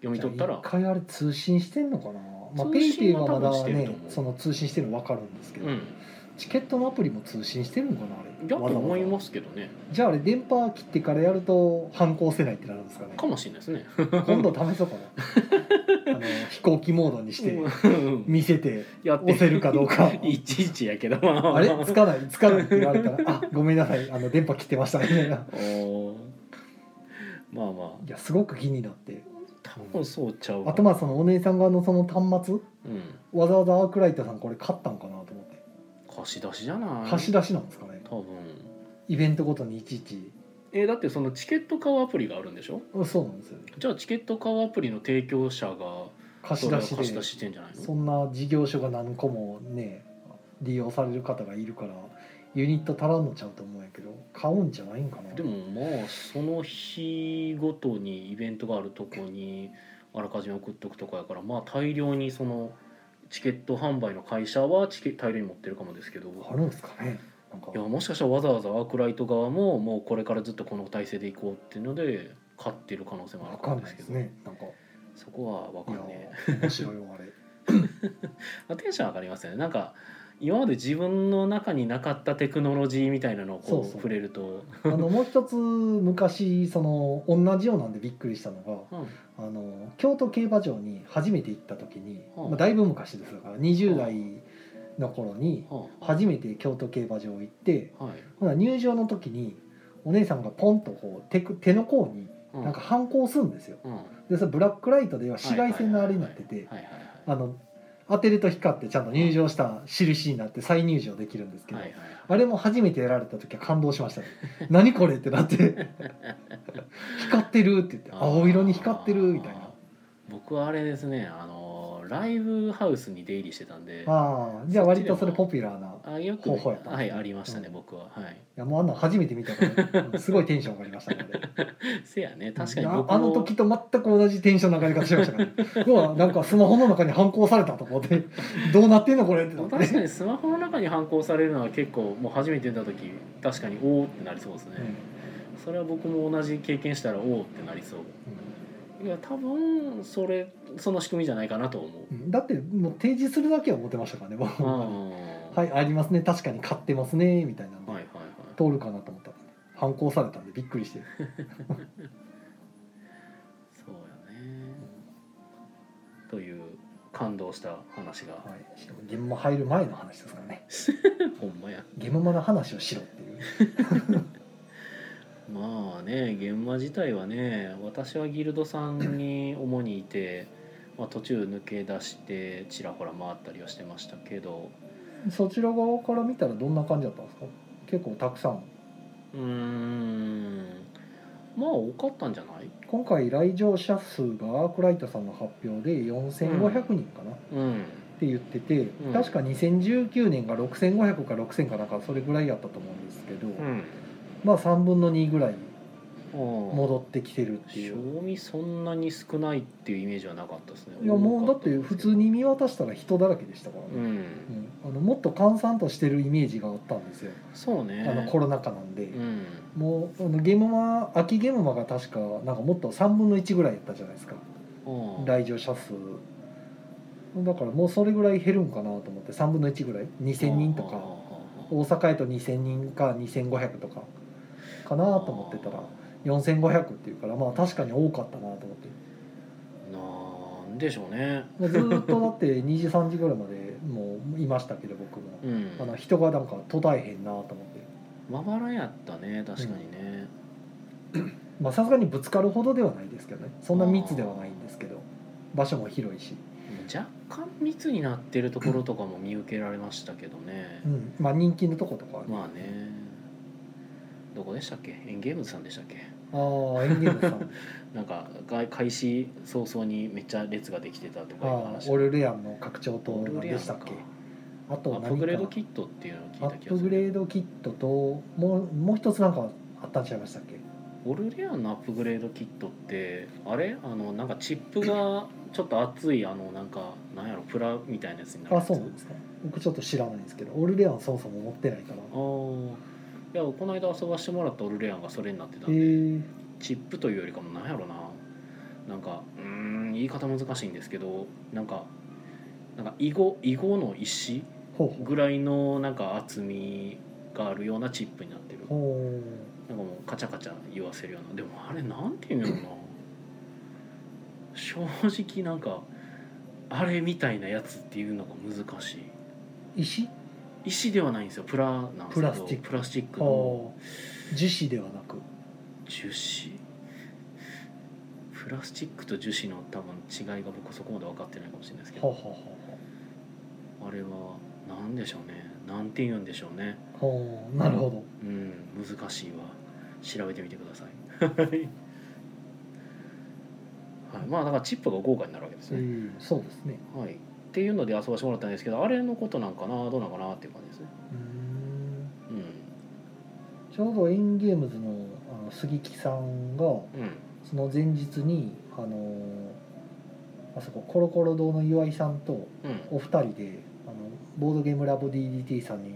Speaker 1: 読み取った
Speaker 2: じ
Speaker 1: ら
Speaker 2: ゃあ一回あれ通信してんのかなまあペ
Speaker 1: 通
Speaker 2: イペイ
Speaker 1: 信
Speaker 2: は
Speaker 1: は
Speaker 2: ま
Speaker 1: 多分
Speaker 2: だ
Speaker 1: してると
Speaker 2: ね
Speaker 1: 思う
Speaker 2: その通信してるの分かるんですけど、
Speaker 1: うん
Speaker 2: チケットのアプリも通信してるのかなあれ
Speaker 1: だと思い
Speaker 2: わざわ
Speaker 1: ますけどね
Speaker 2: ざじゃああれ電波切ってからやると反抗せないってなるんですかね
Speaker 1: かもしれないですね
Speaker 2: 今度試そう かなあの飛行機モードにして
Speaker 1: うん
Speaker 2: 見せて
Speaker 1: やって
Speaker 2: 押せるかどうか
Speaker 1: いちいちやけどま
Speaker 2: あれつかないつかないって言われたら「あごめんなさいあの電波切ってました」みたいな
Speaker 1: おーまあまあ
Speaker 2: いやすごく気になって
Speaker 1: 多分そうちゃうか
Speaker 2: あとまあそのお姉さん側のその端末
Speaker 1: うん
Speaker 2: わざわざアークライトさんこれ買ったんかなと思って
Speaker 1: 貸し出しじゃない
Speaker 2: 貸し出しなんですかね
Speaker 1: 多分
Speaker 2: イベントごとにいちいち
Speaker 1: えだってそのチケット買うアプリがあるんでしょ
Speaker 2: うんそうなんですよ
Speaker 1: じゃあチケット買うアプリの提供者が
Speaker 2: 貸
Speaker 1: そ
Speaker 2: し
Speaker 1: れを
Speaker 2: 出し
Speaker 1: 貸し
Speaker 2: で
Speaker 1: 出ししてんじゃない
Speaker 2: そ
Speaker 1: の
Speaker 2: んな事業所が何個もね利用される方がいるからユニット足らんのちゃうと思うんやけど買うんじゃないんかな
Speaker 1: でもまあその日ごとにイベントがあるとこにあらかじめ送っとくとかやからまあ大量にそのチケット販売の会社はチケ大量に持ってるかもですけど
Speaker 2: あるんですかねなんか
Speaker 1: いやもしかしたらわざわざアークライト側ももうこれからずっとこの体制でいこうっていうので勝ってる可能性もあ
Speaker 2: わ
Speaker 1: る
Speaker 2: か
Speaker 1: か
Speaker 2: ん
Speaker 1: も
Speaker 2: な
Speaker 1: です
Speaker 2: い
Speaker 1: け
Speaker 2: です
Speaker 1: ど、
Speaker 2: ねなんか
Speaker 1: そこはわ
Speaker 2: い
Speaker 1: かんねえ
Speaker 2: や面白いよあれ
Speaker 1: まあテンション上がりますよねなんか今まで自分の中になかったテクノロジーみたいなのをこ
Speaker 2: そう
Speaker 1: う
Speaker 2: そう
Speaker 1: 触れると
Speaker 2: あのもう一つ昔その同じようなんでびっくりしたのが
Speaker 1: うん
Speaker 2: あの京都競馬場に初めて行った時に、
Speaker 1: はあ
Speaker 2: まあ、だいぶ昔ですから20代の頃に
Speaker 1: はあ
Speaker 2: 初めて京都競馬場行って
Speaker 1: はい
Speaker 2: ほな入場の時にお姉さんがポンとこう手く手の甲に
Speaker 1: うん
Speaker 2: なんか反抗するんですよ。
Speaker 1: うんはい
Speaker 2: でそれブラックライトでは紫外線のあれになってて
Speaker 1: はいはい
Speaker 2: あの当てると光ってちゃんと入場した印になって再入場できるんですけど
Speaker 1: はいはい
Speaker 2: あれも初めてやられた時は感動しましたね。 何これってなって。光ってるって言って、青色に光ってるみたいな。
Speaker 1: 僕はあれですねあのライブハウスに出入りしてたんで
Speaker 2: ああ、じゃあ割とそれポピュラーな。い
Speaker 1: あよく、
Speaker 2: ほうほうやったん
Speaker 1: は
Speaker 2: ですね
Speaker 1: いありましたね、
Speaker 2: うん
Speaker 1: 僕ははい
Speaker 2: やもうあんなの初めて見たから、うんすごいテンション上がりましたね。あれ
Speaker 1: せやね確かに
Speaker 2: あ
Speaker 1: 僕も
Speaker 2: あの時と全く同じテンションの上がり方しましたから、 ね。うわ、なんかスマホの中に反抗されたと思って、どうなってんのこれってなって。
Speaker 1: 確かにスマホの中に反抗されるのは結構もう初めて出た時確かにおおってなりそうですね、
Speaker 2: うんうん
Speaker 1: それは僕も同じ経験したらおおってなりそういや多分それその仕組みじゃないかなと思う
Speaker 2: うんだってもう提示するだけは思ってましたからね、僕
Speaker 1: うん
Speaker 2: は
Speaker 1: はい
Speaker 2: い、ありますね、確かに買ってますね、みたいなので
Speaker 1: はいはい
Speaker 2: 通るかなと思ったら、反抗されたんでびっくりして。
Speaker 1: そうやねという感動した話が
Speaker 2: はい、しかもゲームも入る前の話ですからね
Speaker 1: ほんまや
Speaker 2: ゲームマの話をしろっていう
Speaker 1: まあね現場自体はね私はギルドさんに主にいて、まあ、途中抜け出してちらほら回ったりはしてましたけど
Speaker 2: そちら側から見たらどんな感じだったんですか結構たくさん
Speaker 1: うーんまあ多かったんじゃない
Speaker 2: 今回来場者数がアークライトさんの発表で4500人かな、っ
Speaker 1: うん
Speaker 2: て言ってて、
Speaker 1: ん
Speaker 2: 確か2019年が6500か6000かなんかそれぐらいやったと思うんですけど、
Speaker 1: うん
Speaker 2: まあ3分の2ぐらい
Speaker 1: も
Speaker 2: 戻ってきてるってい
Speaker 1: 賞
Speaker 2: う。
Speaker 1: 味そんなに少ないっていうイメージはなかったですね
Speaker 2: いやもうだって普通
Speaker 1: に
Speaker 2: に見渡したら人だらけでしたから
Speaker 1: う
Speaker 2: ね、
Speaker 1: ん
Speaker 2: うんあのもっと閑散としてるイメージがあったんですよ、
Speaker 1: そうね
Speaker 2: あのコロナ禍なんで、
Speaker 1: うん
Speaker 2: もうあのゲームマ秋ゲームマが確かなんかもっと3分の1ぐらいやったじゃないですか
Speaker 1: うん
Speaker 2: 来場者数だからもうそれぐらい減るんかなと思って3分の1ぐらい2000人と
Speaker 1: あ
Speaker 2: か
Speaker 1: あ
Speaker 2: 大阪やと2000人か2500とかかなと思ってたら4500っていうからまあ確かに多かったなと思って
Speaker 1: なんでしょうね
Speaker 2: もうずーっとだって2時3時ぐらいまでもういましたけど僕も
Speaker 1: うん
Speaker 2: あの人がなんか途絶えへんなと思って
Speaker 1: まばらやったね確かにね、
Speaker 2: まあさすがにぶつかるほどではないですけどねそんな密ではないんですけど場所も広いし
Speaker 1: 若干密になってるところとかも見受けられましたけどね
Speaker 2: う、ん、まあ人気のとことかはね、
Speaker 1: まあねどこでしたっけエンゲームズさんでしたっけ
Speaker 2: ああエンゲームさ ん
Speaker 1: なんかが開始早々にめっちゃ列ができてたと
Speaker 2: あ
Speaker 1: かいう
Speaker 2: あ
Speaker 1: 話
Speaker 2: オルレアンの拡張と
Speaker 1: オル
Speaker 2: 何
Speaker 1: レアン
Speaker 2: でした
Speaker 1: か
Speaker 2: っけあ
Speaker 1: ア
Speaker 2: と何か
Speaker 1: ップグレードキットっていうのを聞いた
Speaker 2: ア
Speaker 1: 気が
Speaker 2: ップ
Speaker 1: す
Speaker 2: グ
Speaker 1: る
Speaker 2: レードキットともうもう一つなんかあったんちゃいましたっけ
Speaker 1: オルレアンのアップグレードキットってあれあのなんかチップがちょっと熱いあのなんかなんやろプラみたいなやつになる
Speaker 2: あ
Speaker 1: やつ
Speaker 2: そうなんですか僕ちょっと知らないんですけどオルレアンそもそも持ってないから
Speaker 1: あーいやこの間遊ばしてもらったオルレアンがそれになってた
Speaker 2: へえ
Speaker 1: んで、
Speaker 2: ー、
Speaker 1: チップというよりかもなんやろななんかうーん言い方難しいんですけどなんかなんか囲碁囲碁の石
Speaker 2: ほうほ
Speaker 1: ぐらいのなんか厚みがあるようなチップになってる
Speaker 2: うほ
Speaker 1: なんかもうカチャカチャ言わせるようなでもあれなんていうんやろな正直なんかあれみたいなやつっていうのが難しいう
Speaker 2: 石
Speaker 1: 石ではないんですよプラなんですけど
Speaker 2: プラスチック
Speaker 1: プラスチック
Speaker 2: ああ
Speaker 1: の
Speaker 2: 樹脂ではなく
Speaker 1: 樹脂プラスチックと樹脂の多分違いが僕そこまで分かってないかもしれないですけ
Speaker 2: はあは
Speaker 1: どあれは何でしょうねなんて言うんでしょうね
Speaker 2: あはあはあなるほ
Speaker 1: うん難しいわ調べてみてくださいはい、はい、まあだからチップが豪華になるわけです
Speaker 2: ど、う
Speaker 1: ね、
Speaker 2: ん、そうですね
Speaker 1: はいっていうので遊ばしてもらったんですけどあれのことなんかなどうなんかなっていう感じですね
Speaker 2: うーん
Speaker 1: う
Speaker 2: ちょうどエンゲームズのあの杉木さんが
Speaker 1: んうん
Speaker 2: その前日にあのーあそこコロコロ堂の岩井さんと
Speaker 1: うん
Speaker 2: お二人であのボードゲームラボ DDT さんに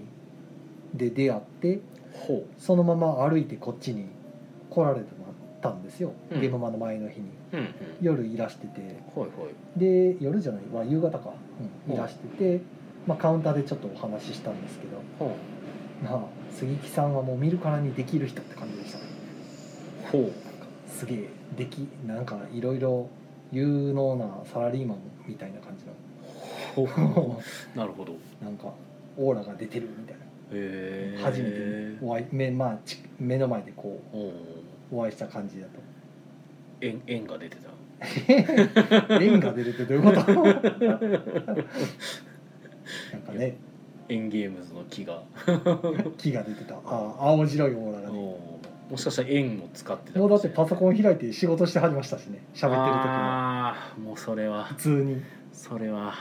Speaker 2: で出会って
Speaker 1: ほ
Speaker 2: そのまま歩いてこっちに来られてもらったんですよ、
Speaker 1: うん
Speaker 2: ゲームマの前の日に
Speaker 1: ううんうん
Speaker 2: 夜いらしてて
Speaker 1: ほいほい
Speaker 2: で夜じゃない、まあ、夕方か、うん
Speaker 1: うん
Speaker 2: いらしてて、まあ、カウンターでちょっとお話ししたんですけど、
Speaker 1: ほう
Speaker 2: まあ、杉木さんはもう見るからにできる人って感じでしたね
Speaker 1: ほう
Speaker 2: なんかすげえできなんかいろいろ有能なサラリーマンみたいな感じ
Speaker 1: ほう
Speaker 2: の
Speaker 1: なるほど
Speaker 2: なんかオーラが出てるみたいな
Speaker 1: へえ
Speaker 2: 初めてお会い目,、まあ、ち目の前でこ
Speaker 1: お
Speaker 2: うお会いした感じだと
Speaker 1: 円円が出てた
Speaker 2: 縁が出るってどういうことなんかね
Speaker 1: 円ゲームズの木が
Speaker 2: 木が出てたああ青白いオーラがね
Speaker 1: おもしかしたら円も使ってた
Speaker 2: もうだってパソコ
Speaker 1: ン
Speaker 2: ン開いて仕事してはりましたしね喋ってる時は
Speaker 1: ああもうそれは
Speaker 2: 普通に
Speaker 1: それは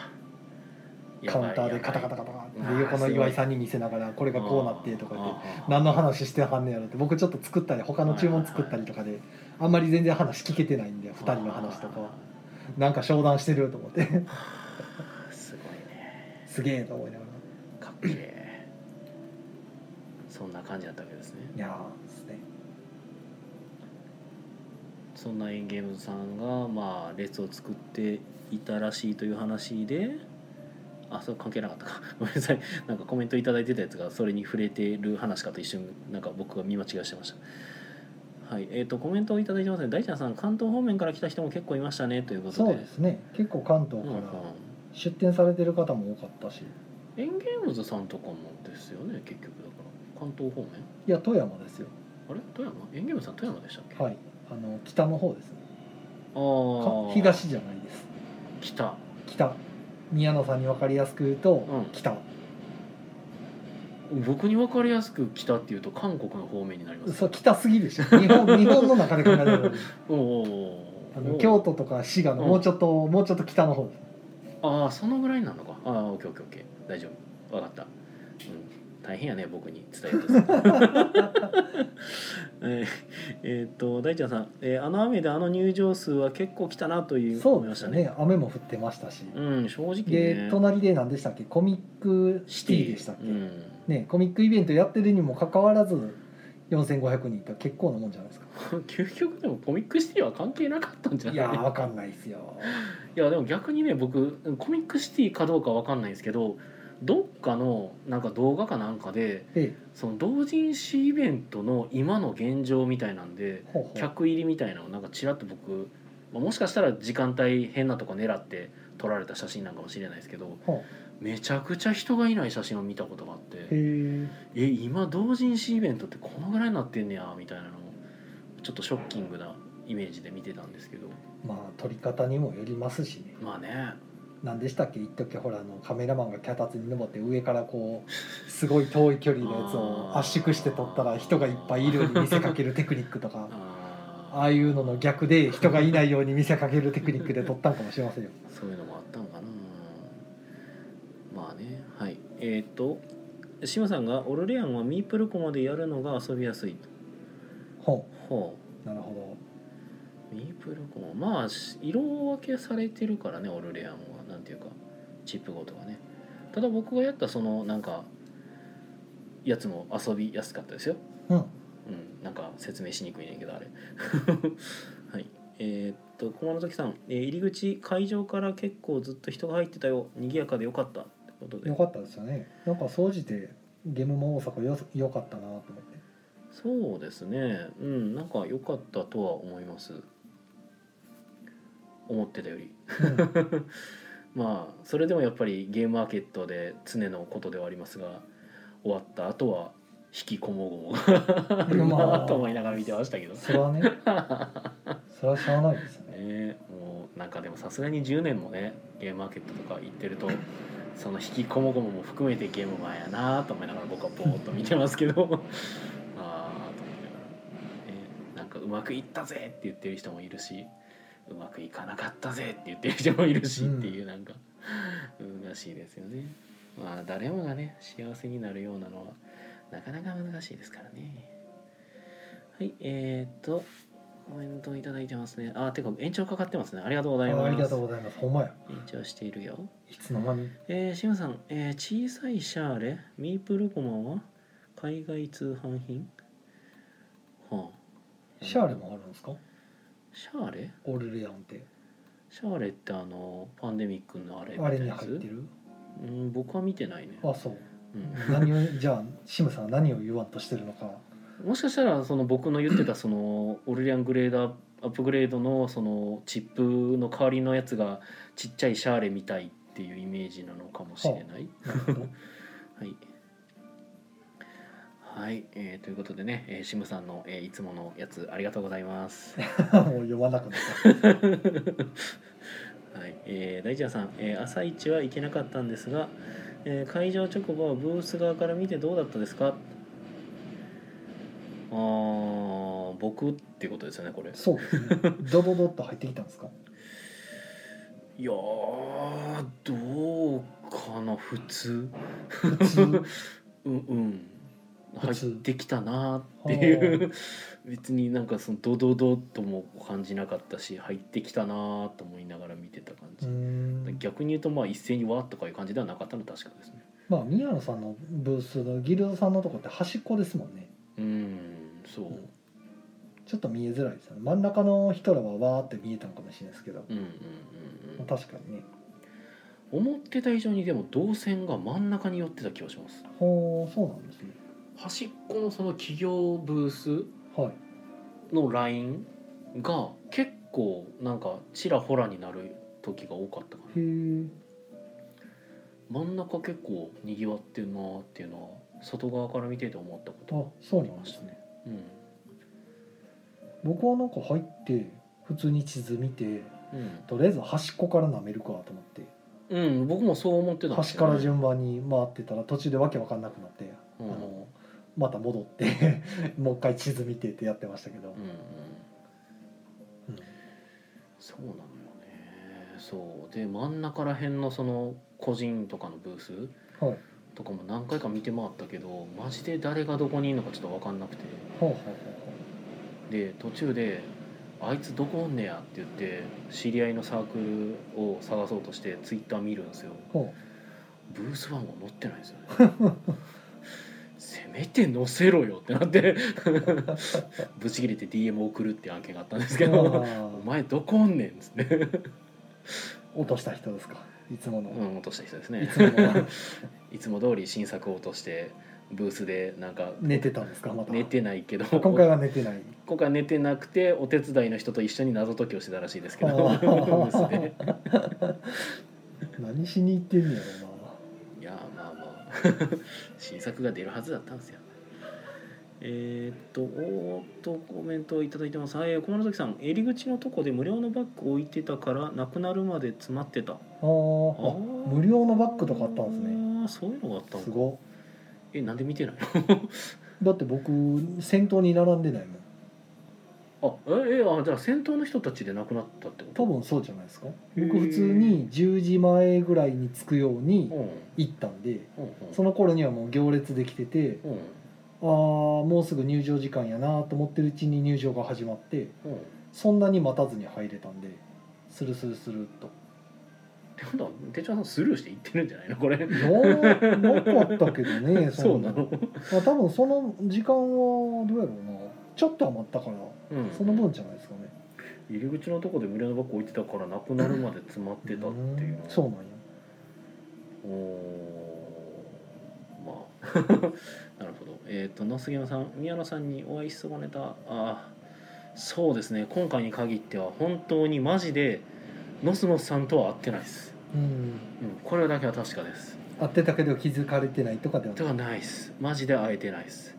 Speaker 2: カウンターでカタカタ
Speaker 1: カ
Speaker 2: カタ
Speaker 1: やば
Speaker 2: カタ
Speaker 1: い
Speaker 2: で横の
Speaker 1: あー
Speaker 2: 岩井さんに見せながらこれ
Speaker 1: タ
Speaker 2: がこうなってとか言って
Speaker 1: て
Speaker 2: 何の話してはんねやろって僕ちょっと作ったり他の注文作ったりとかであんまり全然話聞けてないんで2人の話とかはなんか商談してると思って
Speaker 1: すごいね
Speaker 2: すげえと思いながら
Speaker 1: かっけえそんな感じだったわけですね
Speaker 2: いやーですね
Speaker 1: そんなエンゲームズさんがまあ列を作っていたらしいという話であそう関係なかったか ごめんなさいなんかコメント頂いただいてたやつがそれに触れてる話かと一瞬なんか僕が見間違いしてましたはいえー、とコメントを頂いただいてますね大ちゃんさん関東方面から来た人も結構いましたねということで
Speaker 2: そうですね結構関
Speaker 1: う
Speaker 2: 東か
Speaker 1: んうん
Speaker 2: ら出店されてる方も多かったし
Speaker 1: エンゲームズさんとかもですよね結局だから関東方面
Speaker 2: いや富山ですよ
Speaker 1: あれ富山エンゲームズさん富山でしたっけ、
Speaker 2: はいあの北の方ですね
Speaker 1: あ
Speaker 2: か
Speaker 1: ー
Speaker 2: 東じゃないです
Speaker 1: 北
Speaker 2: 北宮野さんに分かりやすく言うと
Speaker 1: うん
Speaker 2: 北
Speaker 1: 僕に分かりやすく北っていうと韓国の方面になります
Speaker 2: そう北すぎでしょ日 本日本の中で考えた ら
Speaker 1: おうおう
Speaker 2: あ
Speaker 1: おうお
Speaker 2: の
Speaker 1: う
Speaker 2: 京都とか滋賀のもうちょっともうちょっと北の方です
Speaker 1: ああそのぐらいなのかああオッケーオッケーオッケー大丈夫わかった、うん、大変やね僕に伝えると えーえーっと大ちゃんさん、えーあの雨であの入場数は結構来たなという
Speaker 2: そう
Speaker 1: 思いま
Speaker 2: で
Speaker 1: し
Speaker 2: す
Speaker 1: た
Speaker 2: よ
Speaker 1: ね
Speaker 2: ね雨も降ってましたし、
Speaker 1: うん正直
Speaker 2: で
Speaker 1: ね
Speaker 2: 隣で何でしたっけコミックシティでしたっ
Speaker 1: う
Speaker 2: け、
Speaker 1: ん、
Speaker 2: ね、コミックイベントやってるにもかかわらず4500人って結構なもんじゃないですか
Speaker 1: 究極でもコミックシティは関係なかったんじゃ
Speaker 2: い
Speaker 1: ない
Speaker 2: やーわかんない ですよ
Speaker 1: いやでも逆にね僕コミックシティかどうかわかんないんですけどどっかのなんか動画かなんかで
Speaker 2: え
Speaker 1: その同人誌イベントの今の現状みたいなんで
Speaker 2: えほうほう
Speaker 1: 客入りみたいなのをなんかちらっと僕、まあもしかしたら時間帯変なとこ狙って撮られた写真なんかもしれないですけど
Speaker 2: ほ
Speaker 1: めちゃくちゃ人がいない写真を見たことがあっ
Speaker 2: うへ
Speaker 1: て
Speaker 2: え
Speaker 1: え今同人誌イベントってこのぐらいになってんねやみたいなのをちょっとショッキングなイメージで見てたんですけど
Speaker 2: まあ撮り方にもよりますしね
Speaker 1: まあね
Speaker 2: 何でしたっけ一時ほらあのカメラマンが脚立に登って上からこうすごい遠い距離のやつを圧縮して撮ったら人がいっぱいいるように見せかけるテクニックとかあ
Speaker 1: あ
Speaker 2: あ
Speaker 1: ー
Speaker 2: いうのの逆で人がいないように見せかけるテクニックで撮ったんかもしれませんよ。
Speaker 1: そういうのもあったのかなまあねはいえっ、と志麻さんが「オルレアンはミープルコまでやるのが遊びやすい」と
Speaker 2: ほ
Speaker 1: ほ
Speaker 2: なるほ
Speaker 1: ミープルコマまあし色分けされてるからねオルレアンはなんていうかチップごとがねただ僕がやったそのなんかやつも遊びやすかったですよ
Speaker 2: どうん
Speaker 1: うんなんか説明しにくいねんけどあれ はいえーっと駒の時さん、えー入り口会場から結構ずっと人が入ってたよ賑やかでよかったってことで
Speaker 2: よかったですよねなんか総じてゲームマ大阪よよかったなと思って
Speaker 1: そうですねうんなんか良かったとは思います思ってたよりまあそれでもやっぱりゲームマーケットで常のことではありますが終わった後は引きこもごもがあるなあと思いながら見てましたけどね
Speaker 2: それはねそれはしゃあないですね
Speaker 1: えもうなんかでもさすがに10年もねゲームマーケットとか行ってるとその引きこもごもも含めてゲームマーやなあと思いながら僕はぼーっと見てますけどああと思いながら、ね、なんかうまくいったぜって言ってる人もいるしうまくいかなかったぜって言ってる人もいるし
Speaker 2: うん
Speaker 1: っていうなんか、うん、らしいですよね。まあ誰もがね幸せになるようなのはなかなか難しいですからね。はいえー、っとコメントいただいてますね。あてか延長かかってますね。ありがとうござい
Speaker 2: ああり
Speaker 1: ま
Speaker 2: が
Speaker 1: す
Speaker 2: とう。ございますほんまや
Speaker 1: 延長しているよ。
Speaker 2: いつの間に
Speaker 1: えー、シムさん、えー小さいシャーレ、ミープルコマは海外通販品はあ、
Speaker 2: シャーレもあるんですか
Speaker 1: シャーレ
Speaker 2: オルレアンって
Speaker 1: シャーレってあのパンデミックのあれみ
Speaker 2: あ
Speaker 1: た
Speaker 2: れ
Speaker 1: いな
Speaker 2: に
Speaker 1: や
Speaker 2: 入っ
Speaker 1: つ
Speaker 2: てる
Speaker 1: うん僕は見てないね、
Speaker 2: あそう
Speaker 1: うん
Speaker 2: 何を じゃあシムさんは何を言わんとしてるのか
Speaker 1: もしかしたらその僕の言ってたそのオルリアングレーダーアップグレードのそのチップの代わりのやつがちっちゃいシャーレみたいっていうイメージなのかもしれない
Speaker 2: なるほど
Speaker 1: はい。はい、えーということでね、えーシムさんの、えーいつものやつありがとうございます。
Speaker 2: もう読まなくなっ
Speaker 1: はい、えー大ちゃんさん、えー朝一は行けなかったんですが、えー会場直後はブース側から見てどうだったですか。あー僕ってことですよね、これ
Speaker 2: た。そうですねドドドッと入ってきたんですか
Speaker 1: いやー、どうかな、普通。
Speaker 2: 普 通
Speaker 1: うんうん
Speaker 2: 普
Speaker 1: 入
Speaker 2: 通
Speaker 1: ってきたなっていう 別になんかそのドドドとも感じなかったし入ってきたなと思いながら見てた感
Speaker 2: う
Speaker 1: じ
Speaker 2: ー、ん
Speaker 1: 逆に言うとまあ一斉にわーとかいう感じではなかったのは確かですね
Speaker 2: まあ宮野さんのブースのギルドさんのとこって端っこですもんね
Speaker 1: うんそう
Speaker 2: ちょっと見えづらいですよね真ん中の人らはわーって見えたのかもしれないですけど
Speaker 1: うんうんうんうん
Speaker 2: 確かにね
Speaker 1: 思ってた以上にでも動線が真ん中に寄ってた気がします
Speaker 2: ほうそうなんですね
Speaker 1: 端っこのその企業ブース
Speaker 2: はい
Speaker 1: のラインが結構なんかちらほらになる時が多かったかな
Speaker 2: へえ
Speaker 1: 真ん中結構にぎわってるなーっていうのは外側から見てて思ったこ
Speaker 2: あ
Speaker 1: と
Speaker 2: そう
Speaker 1: あり
Speaker 2: なん
Speaker 1: ま
Speaker 2: で
Speaker 1: し
Speaker 2: す
Speaker 1: た
Speaker 2: ね
Speaker 1: ね。うん
Speaker 2: 僕はなんか入って普通に地図見てとりあえず端っこから舐めるかと思って
Speaker 1: うん、うん、僕もそう思ってたんです
Speaker 2: 端
Speaker 1: よ
Speaker 2: から
Speaker 1: ね
Speaker 2: 順番に回ってたら途中でわけわかんなくなって、
Speaker 1: うん
Speaker 2: あのまた戻って もう一回地図見てってやってましたけど、
Speaker 1: うんうん
Speaker 2: うん
Speaker 1: そうなのよねそうで真ん中らへんのその個人とかのブース
Speaker 2: はい
Speaker 1: とかも何回か見て回ったけどマジで誰がどこにいるのかちょっと分かんなくて
Speaker 2: ほうほうほ
Speaker 1: で途中で「あいつどこおんねや」って言って知り合いのサークルを探そうとしてツイッター見るんですよ
Speaker 2: うほうほ
Speaker 1: ブース番号載ってないんですよね せめて載せろよってなって ブチ切れて DM 送るっていう案件があったんですけ
Speaker 2: う
Speaker 1: ど「
Speaker 2: あ
Speaker 1: お
Speaker 2: ー
Speaker 1: 前どこおんねん」っつって、
Speaker 2: 落とした人ですかいつもの、
Speaker 1: うん、落とした人です
Speaker 2: い
Speaker 1: ね
Speaker 2: つもの
Speaker 1: いつも通り新作を落としてブースでなんか
Speaker 2: 寝てたんですかまた
Speaker 1: 寝てないけど
Speaker 2: 今回は寝 てない
Speaker 1: 今回寝てなくてお手伝いの人と一緒に謎解きをしてたらしいですけどブ
Speaker 2: あー
Speaker 1: ースで
Speaker 2: 何しに行ってんのやろ
Speaker 1: いやーまあまあ 新作が出るはずだったんですよえーっとおーっとコメントをいただいてますはい駒の時さん入り口のとこで無料のバッグ置いてたからなくなるまで詰まってたあ
Speaker 2: うなあーあ
Speaker 1: ー
Speaker 2: 無料のバッグとかあったんですね
Speaker 1: あーそういうのがあった
Speaker 2: す
Speaker 1: のか
Speaker 2: ご
Speaker 1: えなんで見てない
Speaker 2: いだって僕先頭に並んでないもん
Speaker 1: のあええあじゃあ先頭の人たちでなくなったってこと
Speaker 2: 多分そうじゃないですか
Speaker 1: へー
Speaker 2: 僕普通に10時前ぐらいに着くように
Speaker 1: うんうん
Speaker 2: 行ったんで
Speaker 1: うん
Speaker 2: その頃にはもう行列できてて
Speaker 1: うん
Speaker 2: ああーもうすぐ入場時間やなと思ってるうちに入場が始まって
Speaker 1: うんって
Speaker 2: そんなに待たずに入れたんでスルスルスルっと
Speaker 1: ことは手帳さんスルーして言ってるんじゃないのこれ
Speaker 2: ななかったけど ね
Speaker 1: そうんな
Speaker 2: な
Speaker 1: の、
Speaker 2: まあ、多分その時間はどうやろうなちょっと余ったから
Speaker 1: うん、
Speaker 2: その分じゃないですかね
Speaker 1: 入り口のとこで胸のバッグ置いてたからなくなるまで詰まってたっていうの
Speaker 2: んそうなんや
Speaker 1: おーまあなるほどえっ、と那杉山さん宮野さんにお会いしそばネタああそうですね今回に限っては本当にマジでノスノスさんとは会ってないです、
Speaker 2: うん
Speaker 1: うん、これだけは確かです
Speaker 2: 会ってたけど気づかれてないとかではな
Speaker 1: で
Speaker 2: い
Speaker 1: はないですマジで会えてないです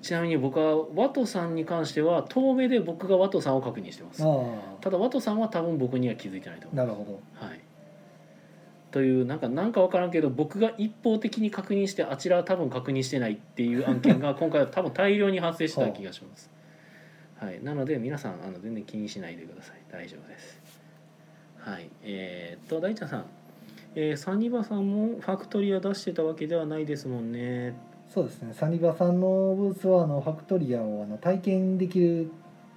Speaker 1: ちなみに僕はワトさんに関しては遠目で僕がワトさんを確認してます
Speaker 2: あ
Speaker 1: ただワトさんは多分僕には気づいてないと思
Speaker 2: あ
Speaker 1: う
Speaker 2: なるほど
Speaker 1: はい、というなんかなんか分からんけど僕が一方的に確認してあちらは多分確認してないっていう案件 が今回は多分大量に発生した気がします。はい、なので皆さんあの全然気にしないでください大丈夫です。はい、えーっと大ちゃんさん、えーサニバさんもファクトリア出してたわけではないですもんね。
Speaker 2: そうですねサニバさんのブースはあのファクトリアをあの体験できるっ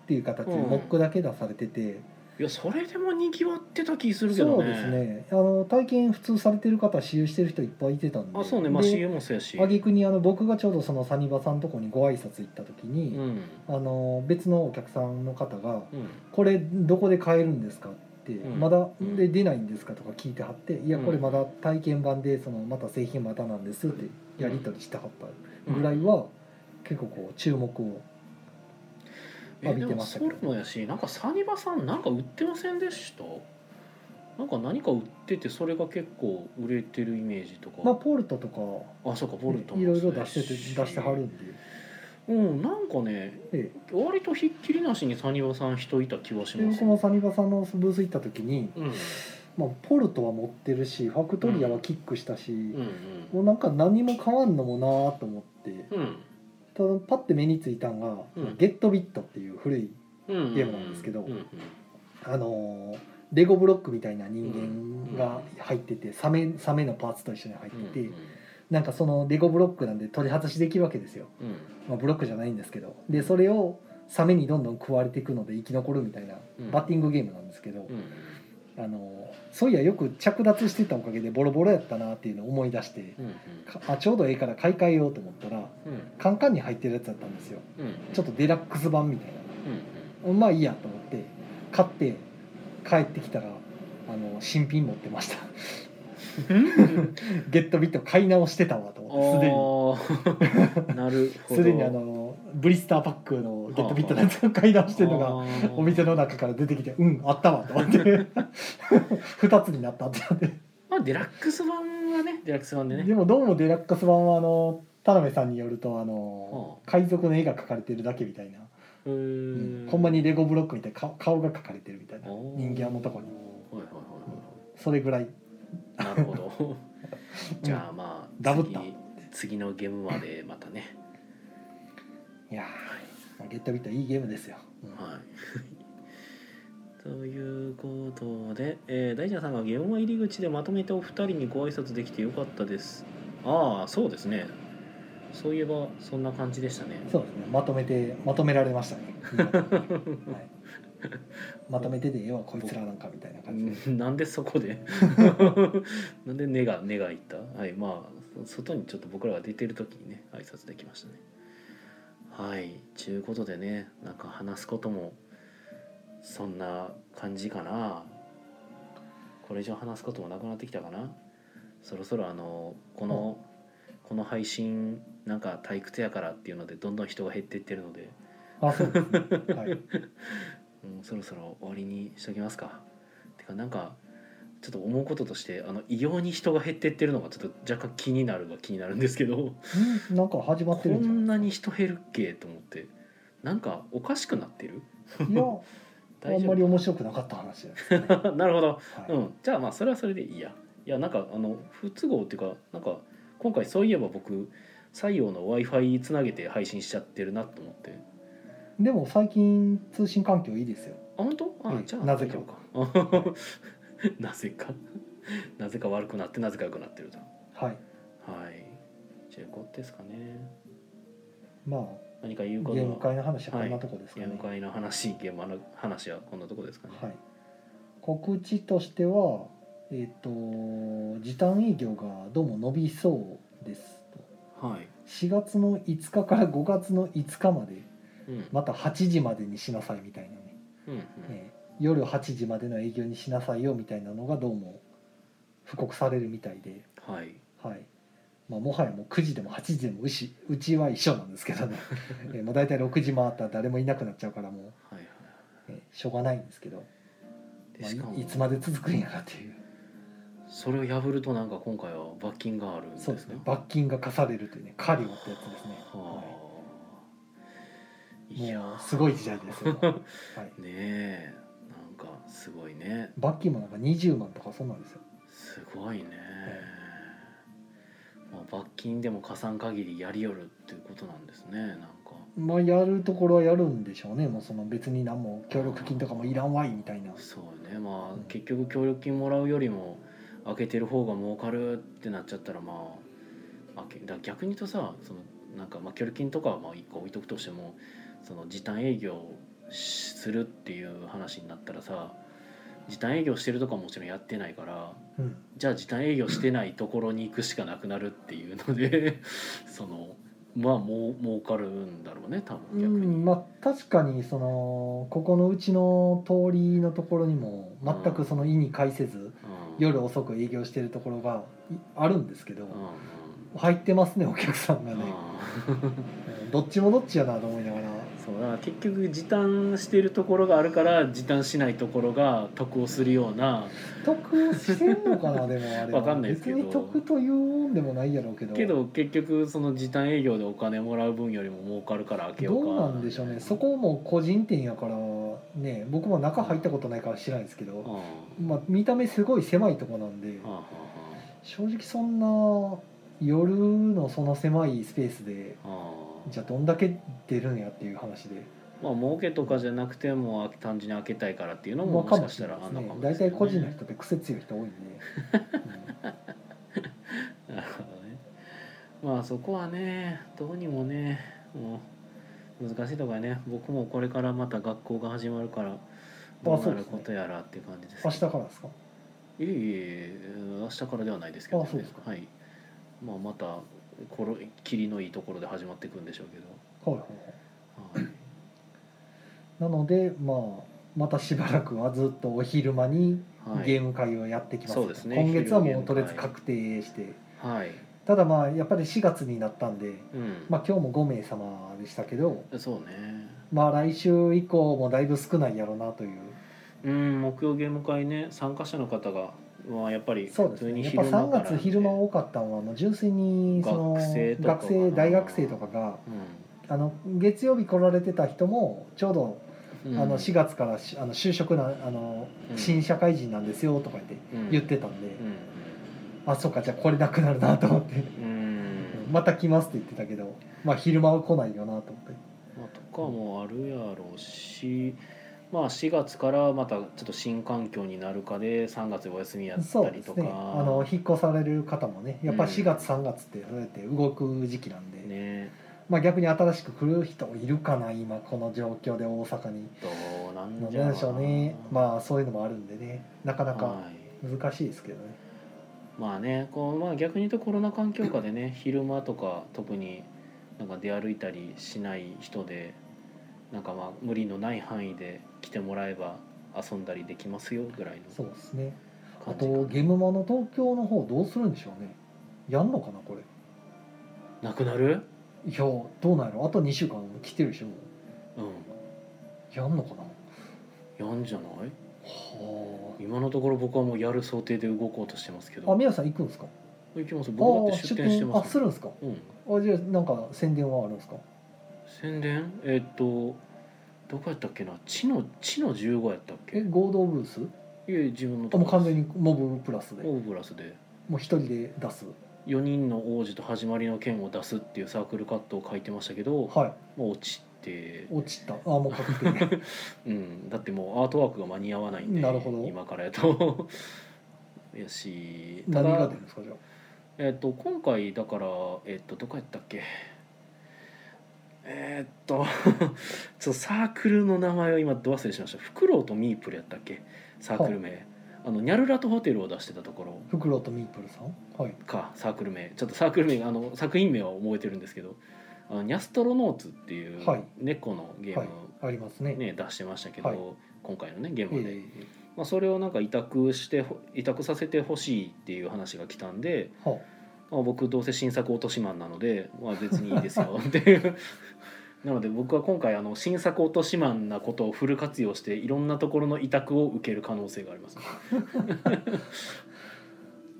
Speaker 2: ていう形で
Speaker 1: うん
Speaker 2: モックだけ出されてて、
Speaker 1: いやそれでもにぎわってた気するけどね。
Speaker 2: そうです。ねあの体験普通されてる方私有してる人いっぱいいてたんで
Speaker 1: あそうねまあ
Speaker 2: で
Speaker 1: CM もそうやし。
Speaker 2: 挙句にあの僕がちょうどそのサニバさんのとこにご挨拶行った時
Speaker 1: う
Speaker 2: に、
Speaker 1: ん
Speaker 2: あの別のお客さんの方が
Speaker 1: うん
Speaker 2: 「これどこで買えるんですか?」って「
Speaker 1: うん
Speaker 2: まだ
Speaker 1: うん
Speaker 2: で出ないんですか?」とか聞いてはって「いや
Speaker 1: うん
Speaker 2: これまだ体験版でそのまた製品またなんです」ってやり取りしてはった
Speaker 1: うん
Speaker 2: ぐらいは結構こう注目を
Speaker 1: え
Speaker 2: 浴びてましたけど
Speaker 1: でもそうもやしなんかサニバさんなんか売ってませんでしたなんか何か売っててそれが結構売れてるイメージとか、
Speaker 2: まあポルトとか
Speaker 1: あそうかボルトも
Speaker 2: いろいろ出してて
Speaker 1: そう
Speaker 2: 出
Speaker 1: や
Speaker 2: してはるんで
Speaker 1: うんなんかね
Speaker 2: ええ
Speaker 1: 割とひっきりなしにサニバさん人いた気はし
Speaker 2: で
Speaker 1: ます
Speaker 2: 僕もサニバさんのブース行った時に、
Speaker 1: うんうん
Speaker 2: まあ、ポルトは持ってるしファクトリアはキックしたし、
Speaker 1: うん
Speaker 2: もうなんか何も変わんのもなーと思って
Speaker 1: うん
Speaker 2: ただパッて目についたんが「
Speaker 1: うん
Speaker 2: ゲットビット」っていう古い
Speaker 1: うん
Speaker 2: ゲームなんですけど
Speaker 1: うんうん
Speaker 2: あのーレゴブロックみたいな人間が入っててサメサメのパーツと一緒に入っ
Speaker 1: うん
Speaker 2: ててなんかそのレゴブロックなんで取り外しできるわけですよ、
Speaker 1: うん
Speaker 2: まあ、ブロックじゃないんですけどでそれをサメにどんどん食われていくので生き残るみたいな
Speaker 1: うん
Speaker 2: バッティングゲームなんですけど
Speaker 1: う、ん
Speaker 2: あのーそういやよく着脱してたおかげでボロボロやったなっていうのを思い出して
Speaker 1: うん
Speaker 2: かあちょうどええから買い替えようと思ったら
Speaker 1: うん
Speaker 2: カンカンに入ってるやつだったんですよ
Speaker 1: うんうん
Speaker 2: ちょっとデラックス版みたいな
Speaker 1: うん
Speaker 2: まあいいやと思って買って帰ってきたらあの新品持ってました ゲットビット買い直してたわと思
Speaker 1: ああなる
Speaker 2: って
Speaker 1: ほ ど
Speaker 2: すでにすでにあのブリスターパックのゲットビットのやつを買い直してるのが
Speaker 1: が
Speaker 2: お店の中から出てきてうんあったわと思って 2つになったってなって
Speaker 1: まあデラックス版はねデラックス版でね
Speaker 2: でもどうもデラックス版はあの田辺さんによるとあの
Speaker 1: は
Speaker 2: 海賊の絵が描かれてるだけみたいな、
Speaker 1: うーん
Speaker 2: ほんまにレゴブロックみたいな顔顔が描かれてるみたいな
Speaker 1: おー
Speaker 2: 人間のとこに
Speaker 1: はいはいは
Speaker 2: それぐらい
Speaker 1: いはいなるほどじゃあまあ
Speaker 2: ダブった
Speaker 1: 次次のゲームまでまたね
Speaker 2: いやー、まあゲットビットいいゲームですよ。
Speaker 1: はいということで、えー、大ちゃんさんがゲームは入り口でまとめてお二人にご挨拶できてよかったですああそうですねそういえばそんな感じでしたね
Speaker 2: そうですね。まとめてまとめられ ましたね。はい、まとめてでええわこいつらなんかみたいな感じで。
Speaker 1: うん なんでそこ でなんで根が根がいったはいまあ外にちょっと僕らが出てる時にね挨拶できましたねはいちゅうことでねなんか話すこともそんな感じかなこれ以上話すこともなくなってきたかなそろそろあのこのこの配信なんか退屈やからっていうのでどんどん人が減っていってるので、
Speaker 2: あ、そうですね。はい。
Speaker 1: うん、そろそろ終わりにしときますか。てかなんかちょっと思うこととしてあの異様に人が減ってってるのがちょっと若干気になるは気になるんですけど
Speaker 2: うんなんか始まって
Speaker 1: こ
Speaker 2: るんじゃ
Speaker 1: ん
Speaker 2: な
Speaker 1: ないに人減るっけと思ってなんかおかしくなってる
Speaker 2: ですか。いや、あ
Speaker 1: 大
Speaker 2: ん
Speaker 1: 丈
Speaker 2: まり
Speaker 1: 夫
Speaker 2: 面白くなかった話です ね。は
Speaker 1: なるほど、
Speaker 2: い。
Speaker 1: うん、じゃあまあそれはそれでいいやいやなんかあの不都合っていうかなんか今回そういえば僕採用の w i f i つなげて配信しちゃってるなと思って
Speaker 2: でも最近通信環境いいですよ。
Speaker 1: あ本当あ、
Speaker 2: うん
Speaker 1: じゃあ
Speaker 2: なぜか
Speaker 1: 大丈夫か なぜかなぜか悪くなってなぜか良くなってると
Speaker 2: はい。
Speaker 1: はいということですかね
Speaker 2: まあ
Speaker 1: 何か言う
Speaker 2: ゲ
Speaker 1: こと
Speaker 2: ーム
Speaker 1: は
Speaker 2: 会の話はこんなとこです
Speaker 1: ゲ
Speaker 2: か
Speaker 1: ーム
Speaker 2: ね、
Speaker 1: 会の話ゲームの話はこんなとこですかね、
Speaker 2: はい、告知としてはえっ、と時短営業がどうも伸びそうですと
Speaker 1: はい
Speaker 2: 4月の5日から5月の5日まで
Speaker 1: うん
Speaker 2: また8時までにしなさいみたいなね、
Speaker 1: うんうん
Speaker 2: えー夜8時までの営業にしなさいよみたいなのがどうも布告されるみたいで、
Speaker 1: はい
Speaker 2: はいまあ、もはやもう9時でも8時でもうしうちは一緒なんです けどね、えーもう大体6時回ったら誰もいなくなっちゃうからも、
Speaker 1: はいはいう
Speaker 2: えーしょうがないんですけど、
Speaker 1: で
Speaker 2: まあ
Speaker 1: しかも
Speaker 2: いいつまで続くんやらっていう
Speaker 1: それを破るとなんか今回は罰金があるんです
Speaker 2: そう
Speaker 1: ね
Speaker 2: ですね罰金が課されるというね狩りをってやつですね、は
Speaker 1: はあ
Speaker 2: い、
Speaker 1: いや
Speaker 2: もうすごい時代で すよ、はい、
Speaker 1: ねえなんかすごいね
Speaker 2: 罰金もなんか20万とかそんなんですよ
Speaker 1: すごいね、まあ、罰金でも加算限りやりよるっていうことなんですねなんか
Speaker 2: まあやるところはやるんでしょうねもうその別に何も協力金とかもいらんわいみたいな
Speaker 1: そうねまあ、
Speaker 2: うん
Speaker 1: 結局協力金もらうよりも開けてる方が儲かるってなっちゃったらまあ開けだ逆に言うとさそのなんかまあ協力金とかはまあ一個置いとくとしてもその時短営業しするっていう話になったらさ時短営業してるとかもちろんやってないから
Speaker 2: うん
Speaker 1: じゃあ時短営業してないところに行くしかなくなるっていうので そのまあもう儲かるんだろうね多
Speaker 2: う
Speaker 1: 分逆に、
Speaker 2: んまあ確かにそのここのうちの通りのところにも全くその意に介せず
Speaker 1: うん
Speaker 2: 夜遅く営業してるところがいあるんですけど
Speaker 1: うんうん
Speaker 2: 入ってますねお客さんが
Speaker 1: う
Speaker 2: ね
Speaker 1: ん
Speaker 2: うんどっちもどっちやなと思いながら
Speaker 1: そうだから結局時短してるところがあるから時短しないところが得をするような
Speaker 2: 得してんの かなでもあれは
Speaker 1: わかんないですけど
Speaker 2: 別に得というんでもないやろうけど
Speaker 1: けど結局その時短営業でお金もらう分よりも儲かるから開けよ
Speaker 2: ど
Speaker 1: うか
Speaker 2: うなんでしょうねそこも個人店やからね僕も中入ったことないから知らないですけ
Speaker 1: うん
Speaker 2: ど、
Speaker 1: は
Speaker 2: まあ、見た目すごい狭いとこなんで
Speaker 1: あは
Speaker 2: 正直そんな夜のその狭いスペースで
Speaker 1: あはあ
Speaker 2: じゃあどんだけ出るんやっていう話で、
Speaker 1: まあ儲けとかじゃなくても単純に開けたいからっていうの
Speaker 2: ま
Speaker 1: も
Speaker 2: あ、
Speaker 1: も
Speaker 2: か
Speaker 1: し
Speaker 2: も
Speaker 1: か
Speaker 2: し
Speaker 1: した
Speaker 2: れな
Speaker 1: ら
Speaker 2: いで
Speaker 1: あ
Speaker 2: す
Speaker 1: んの
Speaker 2: ね
Speaker 1: かも
Speaker 2: 大
Speaker 1: しれ
Speaker 2: 体
Speaker 1: ない
Speaker 2: 個人の人って癖強い人多いんで、
Speaker 1: なるほどね まあそこはねどうにもねもう難しいとこやね僕もこれからまた学校が始まるからどう
Speaker 2: そ
Speaker 1: な
Speaker 2: うで
Speaker 1: る
Speaker 2: すね
Speaker 1: ことやらっていう感じですけど
Speaker 2: 明日からですか
Speaker 1: いえいえ明日からではないですけど、ね、
Speaker 2: あそうですか
Speaker 1: はいまあまたこれ霧のいいところで始まっていくんでしょうけど
Speaker 2: はいはいはい
Speaker 1: はい
Speaker 2: なのでまあまたしばらくはずっとお昼間に
Speaker 1: はい
Speaker 2: ゲーム会をやってきます,、
Speaker 1: そうですね
Speaker 2: 今月はもうと
Speaker 1: 昼ゲ
Speaker 2: り
Speaker 1: ーム会
Speaker 2: あえず確定して
Speaker 1: はい
Speaker 2: ただまあやっぱり4月になったんで、
Speaker 1: うん
Speaker 2: まあ、今日も5名様でしたけど
Speaker 1: そうね
Speaker 2: まあ来週以降もだいぶ少ないやろうなという
Speaker 1: うん木曜ゲーム会ね参加者の方がまあやっぱり
Speaker 2: そう
Speaker 1: 普
Speaker 2: です
Speaker 1: 通
Speaker 2: ね
Speaker 1: に
Speaker 2: やっぱ
Speaker 1: 昼間から
Speaker 2: 3月昼間多かったのはもう純粋にその
Speaker 1: 学生とか
Speaker 2: 学生大学生とかがあの月曜日来られてた人もちょうど
Speaker 1: う
Speaker 2: あ
Speaker 1: ん
Speaker 2: の4月からしあの就職なあの
Speaker 1: うん
Speaker 2: 新社会人なんですよとか言って言ってたんで
Speaker 1: うん
Speaker 2: あそうかじゃあこれなくなるなと思って
Speaker 1: うん、うんま
Speaker 2: また来ますって言ってたけどまあ昼間は来ないよなと思って
Speaker 1: あ、とかもあるやろうしまあ4月からまたちょっと新環境になるかで3月お休みやっ
Speaker 2: そ
Speaker 1: た
Speaker 2: う
Speaker 1: り
Speaker 2: で
Speaker 1: と
Speaker 2: す
Speaker 1: か
Speaker 2: ねあの引っ越される方もねやっぱ4月3月ってそうやって動く時期なんで、
Speaker 1: ね
Speaker 2: まあ、逆に新しく来る人いるかな今この状況で大阪に
Speaker 1: どうなんじゃ
Speaker 2: なんでしょうねまあそういうのもあるんでねなか
Speaker 1: あ
Speaker 2: なか
Speaker 1: はい、
Speaker 2: 難しいですけどね
Speaker 1: まあねこう、まあ、逆に言うとコロナ環境下でね昼間とか特になんか出歩いたりしない人でなんかまあ無理のない範囲で来てもらえば遊んだりできますよぐらいの
Speaker 2: そうですねあ
Speaker 1: 感じか
Speaker 2: とゲームマの東京の方どうするんでしょうねやんのかなこれ
Speaker 1: なくなる
Speaker 2: いやどうなんやろあと2週間来てるでしょも
Speaker 1: うん
Speaker 2: うやんのかな
Speaker 1: やんじゃない
Speaker 2: は
Speaker 1: 今のところ僕はもうやる想定で動こうとしてますけ
Speaker 2: ああ
Speaker 1: ど
Speaker 2: 宮さん行くんですか
Speaker 1: 行きます僕だって出店してま
Speaker 2: あ
Speaker 1: す
Speaker 2: す
Speaker 1: もん
Speaker 2: るんですか
Speaker 1: うん
Speaker 2: あじゃあなんか宣伝はあるんですか
Speaker 1: 宣伝えっとどこやったっけな地の地の15やったっけ
Speaker 2: え合同ブー
Speaker 1: い
Speaker 2: ス
Speaker 1: え自分の
Speaker 2: あ
Speaker 1: とこ
Speaker 2: もう完全にモブプラスでも
Speaker 1: オーブラスで
Speaker 2: う一人で出す
Speaker 1: 4人の王子と始まりの剣を出すっていうサークルカットを書いてましたけど、
Speaker 2: はい
Speaker 1: もう落ちて、
Speaker 2: 落ちたあもう確 定
Speaker 1: うん、だってもうアートワークが間に合わないんで
Speaker 2: なるほど
Speaker 1: 今からやと やした
Speaker 2: 何が
Speaker 1: だ
Speaker 2: 出、るんですかじゃあ
Speaker 1: えっと今回だから、えっとどこやったっけえーっと ちょっとサークルの名前を今ど忘れしましたフクロウとミープルやったっけサークル名あのニャルラとホテルを出してたところ
Speaker 2: フクロウとミープルさんはい
Speaker 1: かサークル名ちょっとサークル名あの作品名は覚えてるんですけどあのニャストロノーツっていう
Speaker 2: はい
Speaker 1: 猫のゲーム
Speaker 2: ありますね
Speaker 1: をね、出してましたけど、
Speaker 2: はい
Speaker 1: 今回のねゲー
Speaker 2: え
Speaker 1: ムで、まあ、それをなんか委託してほ委託させてほしいっていう話が来たんで、
Speaker 2: えは
Speaker 1: まあ、僕どうせ新作落としマンなので、まあ、別にいいですよっていうなので僕は今回あの新作落としマンなことをフル活用していろんなところの委託を受ける可能性があります、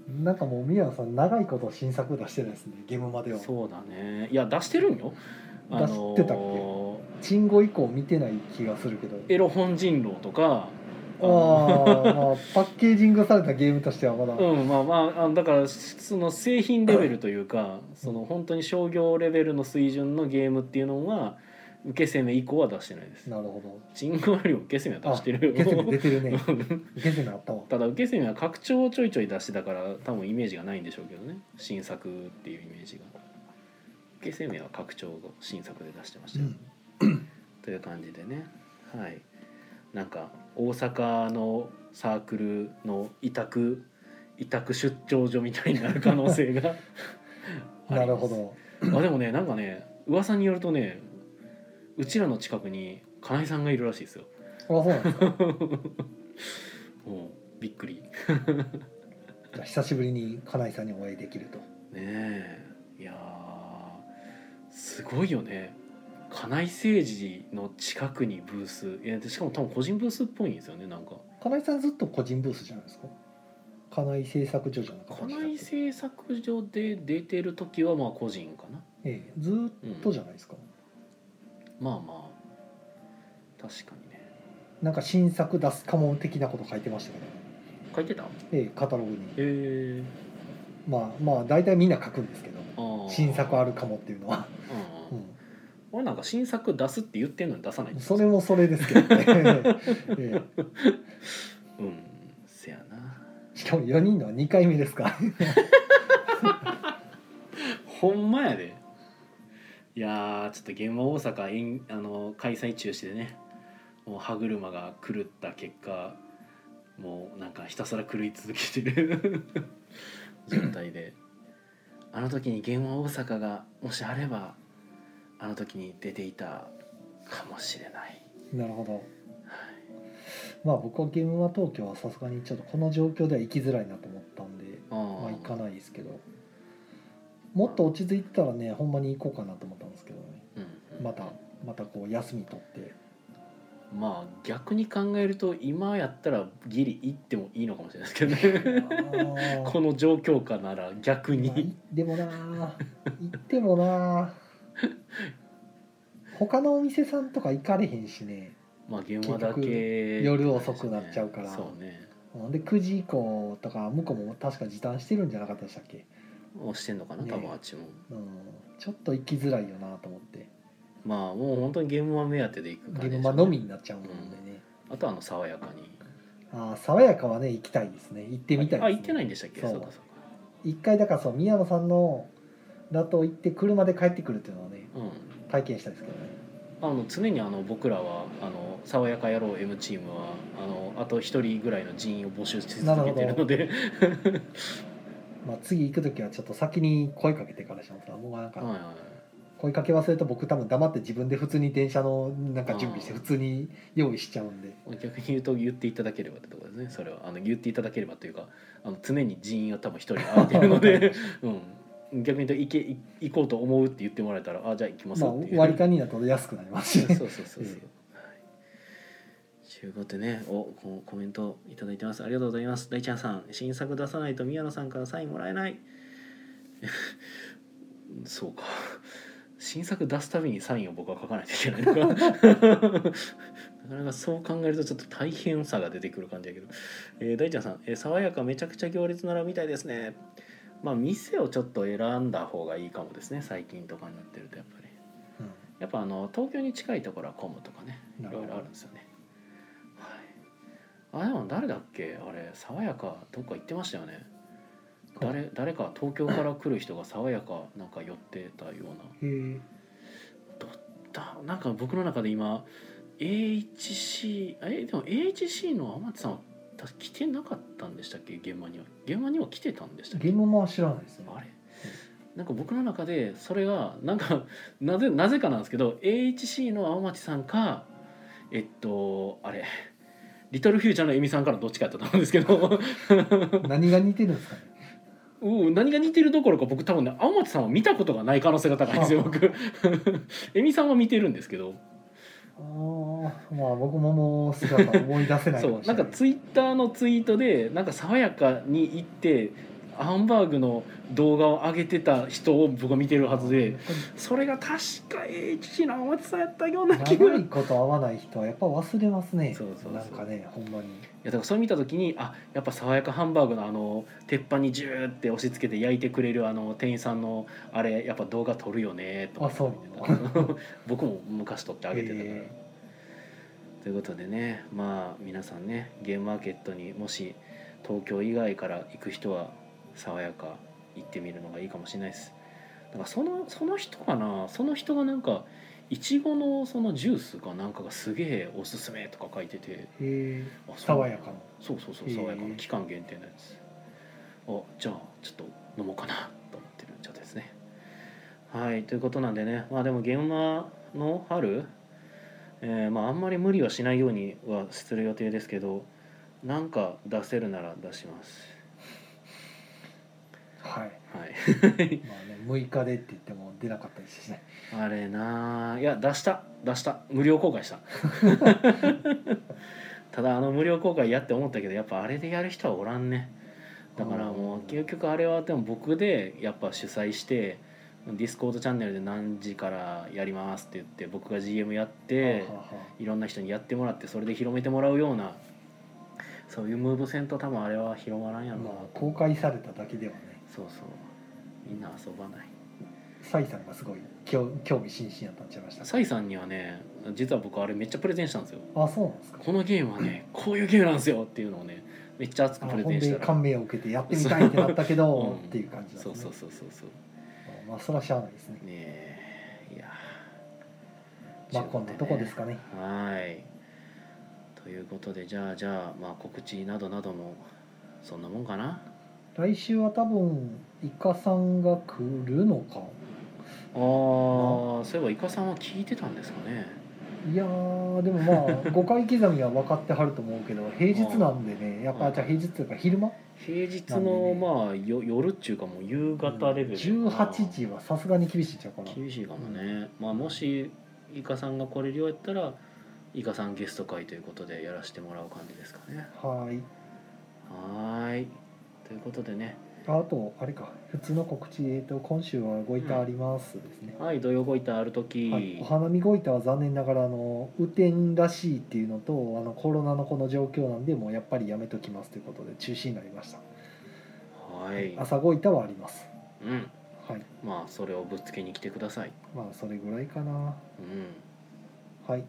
Speaker 2: あなんかもう宮野さん長いこと新作出してないですねゲームまでは
Speaker 1: そうだねいや出してるんよあの
Speaker 2: 出してたっ
Speaker 1: け
Speaker 2: チンゴ以降見てない気がするけど
Speaker 1: エロ本人狼とか
Speaker 2: あ
Speaker 1: の
Speaker 2: ー、まあ、パッケージングされたゲームとしてはまだ、
Speaker 1: うんまあまああのだからその製品レベルというかその本当に商業レベルの水準のゲームっていうのは受け攻め以降は出してないです
Speaker 2: なるほ
Speaker 1: チンゴよりも受け攻め
Speaker 2: ど
Speaker 1: は出してる
Speaker 2: ゲセメ出て るね
Speaker 1: うん
Speaker 2: ゲセメあったわ
Speaker 1: ただ受け攻めは拡張をちょいちょい出してたから多分イメージがないんでしょうけどね新作っていうイメージが受け攻めは拡張を新作で出してましたよ、
Speaker 2: うん
Speaker 1: という感じでねはいなんか大阪のサークルの委託委託出張所みたいになる可能性 があります
Speaker 2: なるほど
Speaker 1: あでもねなんかね噂によるとねうちらの近くに金井さんがいるらしいですよ
Speaker 2: あそうなんですか
Speaker 1: もうびっくりね
Speaker 2: じゃあ久しぶりに金井さんにお会いできると
Speaker 1: えいやーすごいよね金井誠治の近くにブースいやでしかも多分個人ブースっぽいんですよねなんか
Speaker 2: 金井さんずっと個人ブースじゃないですか金井製作所じゃなかったでしたっ
Speaker 1: 金井
Speaker 2: け
Speaker 1: 製作所で出てる時はまあ個人かな
Speaker 2: ええずーっとじゃないですか、
Speaker 1: まあまあ確かにね
Speaker 2: なんか新作出すかも的なこと書いてましたけど、
Speaker 1: 書いてたへ
Speaker 2: ええカタログに
Speaker 1: え
Speaker 2: まあまあ大体みんな書くんですけど
Speaker 1: あー
Speaker 2: 新作あるかもっていうのは、
Speaker 1: うんうん
Speaker 2: う
Speaker 1: 俺なんか新作出すって言ってんのに出さない
Speaker 2: ん、それもそれですけどね、 ええ
Speaker 1: うんせやな
Speaker 2: しかも4人のは2回目ですから
Speaker 1: ほんまやでいやーちょっと現場大阪延あの開催中止でねもう歯車が狂った結果もうなんかひたすら狂い続けてる状態であの時に現場大阪がもしあればあの時に出ていたかもしれない
Speaker 2: なるほど。まあ僕はゲームは東京はさすがにちょっとこの状況では行きづらいなと思ったんで、
Speaker 1: あ
Speaker 2: まあ行か
Speaker 1: い、
Speaker 2: ないですけど、もっと落ち着いてたらね、ほんまに行こうかなと思ったんですけどね。
Speaker 1: うんうん
Speaker 2: またまたこう休み取 って、
Speaker 1: まあ逆に考えると今やったらギリ行ってもいいのかもしれないですけどねこの状況下なら逆
Speaker 2: まあ
Speaker 1: に
Speaker 2: でもなあ、行ってもなあ。他のお店さんとか行かれへんしね。
Speaker 1: まあ現場だけ
Speaker 2: 結局夜遅くなっちゃうから
Speaker 1: そうね
Speaker 2: ほんで9時以降とか向こうも確か時短してるんじゃなかったでしたっけ？
Speaker 1: 押してんのかな
Speaker 2: ね
Speaker 1: 多分あっちも、
Speaker 2: うん、ちょっと行きづらいよなと思って。
Speaker 1: まあもう本当にゲームは目当てで行く感じ
Speaker 2: ゲ
Speaker 1: でしょ
Speaker 2: ー
Speaker 1: うね
Speaker 2: ムのみになっちゃうもんでね、
Speaker 1: あとはあの爽やかに
Speaker 2: ああ爽やかはね行きたいですね行ってみたいです、ね、
Speaker 1: あ行ってないんでしたっけ
Speaker 2: そ
Speaker 1: そううかそう
Speaker 2: 一回だからそう宮野さんのだと行って車で帰ってくるっていうのはね
Speaker 1: かうん
Speaker 2: 体験したいですけどね
Speaker 1: あの常にあの僕らはあの爽やか野郎 M チームはあのあと一人ぐらいの人員を募集し続けてるので
Speaker 2: まあ次行く時はちょっと先に声かけてからしますから僕はなん
Speaker 1: はいは
Speaker 2: か
Speaker 1: いはい
Speaker 2: 声かけ忘れと僕多分黙って自分で普通に電車のなんか準備して
Speaker 1: あ
Speaker 2: 普
Speaker 1: ー
Speaker 2: 通に用意しちゃうんで
Speaker 1: 逆に言うと言っていただければってところですねそれはあの言っていただければというかあの常に人員が多分一人空いてるので、うん、逆に言うと行けい行こうと思うって言ってもらえたらあじゃあ行きます
Speaker 2: まあ
Speaker 1: っていう、
Speaker 2: 割り勘になると安くなりますし、
Speaker 1: そう
Speaker 2: ね、
Speaker 1: そうそうそう、
Speaker 2: え
Speaker 1: はい中古ってねおこコメントいただいてますありがとうございます大ちゃんさん新作出さないと宮野さんからサインもらえない そうか新作出すたびにサインを僕は書かないといけないのか なかなかそう考えるとちょっと大変さが出てくる感じだけど、えー大ちゃんさん、えー爽やかめちゃくちゃ行列並みたいですねまあ店をちょっと選んだ方がいいかもですね最近とかになってるとやっぱり
Speaker 2: うん
Speaker 1: やっぱあの東京に近いところは混むとかねい
Speaker 2: なる
Speaker 1: ろ
Speaker 2: ほ
Speaker 1: い
Speaker 2: ど
Speaker 1: ろあるんですよねはいあでも誰だっけあれ爽やかどっか行ってましたよね誰誰か東京から来る人が爽やかなんか寄ってたような
Speaker 2: へえ
Speaker 1: どっだなんか僕の中で今 AHC えでも AHC の天津さんは確か来てなかったんでしたっけ現場には現場には来てたんでしたっけ
Speaker 2: 現場は知らないですね
Speaker 1: あれなんか僕の中でそれがなんか なぜなぜかなんですけど AHC の青町さんかえっとあれリトルフューチャーのエミさんからどっちかやったと思うんですけど
Speaker 2: 何が似てるんですかね
Speaker 1: うん何が似てるどころか僕多分ね青町さんは見たことがない可能性が高いんですよ僕 エミさんは見てるんですけど
Speaker 2: ああまあ僕ももう姿思い出せないか
Speaker 1: そ
Speaker 2: も
Speaker 1: う
Speaker 2: し
Speaker 1: な
Speaker 2: れ
Speaker 1: ん
Speaker 2: な
Speaker 1: か
Speaker 2: い
Speaker 1: ツイッターのツイートでなんか爽やかに行ってハンバーグの動画を上げてた人を僕は見てるはずでそれが確か HC の青松さんやったような気が
Speaker 2: 長いこと会わない人はやっぱ忘れますね
Speaker 1: そうそうそう
Speaker 2: なんかねほんまに
Speaker 1: いやだからそれ見た時にあやっぱ爽やかハンバーグのあの鉄板にジューって押し付けて焼いてくれるあの店員さんのあれやっぱ動画撮るよねと思って
Speaker 2: あそう
Speaker 1: 見てた 僕も昔撮ってあげてたから。
Speaker 2: え
Speaker 1: ということでねまあ皆さんねゲームマーケットにもし東京以外から行く人は爽やか行ってみるのがいいかもしれないです。だからそのその人かなその人がなんかいちごのそのジュースかなんかがすげえおすすめとか書いてて。
Speaker 2: ーえ
Speaker 1: あ
Speaker 2: ー
Speaker 1: そう
Speaker 2: 爽やかな
Speaker 1: そうそうそう
Speaker 2: へえ
Speaker 1: 爽やかな期間限定のやつあじゃあちょっと飲もうかなと思ってる状態ですねはいということなんでねまあでも現場の春、えーまああんまり無理はしないようにはする予定ですけどなんか出せるなら出します
Speaker 2: はい
Speaker 1: はい
Speaker 2: まあね6日でって言っても出なかったですしね
Speaker 1: あれなあいや出した出した無料公開 したただあの無料公開やって思ったけどやっぱあれでやる人はおらんねだからもう
Speaker 2: う
Speaker 1: ん結局あれはでも僕でやっぱ主催してディスコードチャンネルで何時からやりますって言って僕が GM やって
Speaker 2: はあはあはい
Speaker 1: ろんな人にやってもらってそれで広めてもらうようなそういうムーブセント多分あれは広まらんや
Speaker 2: あ
Speaker 1: ろうな
Speaker 2: ま
Speaker 1: と
Speaker 2: あ公開されただけではね
Speaker 1: そうそうみんな遊ばない
Speaker 2: サイさんがすごい興興味津々やったんちゃいました
Speaker 1: サイさんにはね実は僕あれめっちゃプレゼンしたんですよ
Speaker 2: あそうなんですか
Speaker 1: このゲームはねこういうゲームなんですよっていうのをねめっちゃ熱
Speaker 2: あ
Speaker 1: くプレ
Speaker 2: ほ
Speaker 1: ゼ
Speaker 2: ん
Speaker 1: ンし
Speaker 2: で
Speaker 1: たら
Speaker 2: 感銘を受けてやってみたいってなったけど、
Speaker 1: うん
Speaker 2: っていう感じなん
Speaker 1: そうそう
Speaker 2: そ
Speaker 1: そうそうそう
Speaker 2: うまあそれはしゃあないですね
Speaker 1: ねえいや
Speaker 2: まあこんなとこです
Speaker 1: か
Speaker 2: かね
Speaker 1: はいということでじゃあじゃあまあ告知などなどもそんなもんかな
Speaker 2: 来週は多分イカさんが来るのか
Speaker 1: あーそういえばイカさんは聞いてたんですかね
Speaker 2: いやーでも まあ誤解刻みは分かってはると思うけど平日なんでねやっぱじゃあ平日というか昼間
Speaker 1: 平日
Speaker 2: なんで
Speaker 1: の
Speaker 2: ね
Speaker 1: まあよ夜っちゅうかもう夕方レベル
Speaker 2: 18時はさすがに厳しいんちゃうかな
Speaker 1: 厳しいかもね、まあもしイカさんが来れるようやったらイカさんゲスト会ということでやらせてもらう感じですかね
Speaker 2: はい
Speaker 1: はーいということでね
Speaker 2: ああとあれか普通の告知えっと今週はごいたありますですね、
Speaker 1: はい土曜ごいたある時、
Speaker 2: はい、お花見ごいたは残念ながらあの雨天らしいっていうのとあのコロナのこの状況なんでもうやっぱりやめときますということで中止になりました、
Speaker 1: はい
Speaker 2: 朝ごいたはあります
Speaker 1: うん
Speaker 2: はい
Speaker 1: まあそれをぶっつけに来てください
Speaker 2: まあそれぐらいか
Speaker 1: う
Speaker 2: なはい
Speaker 1: ん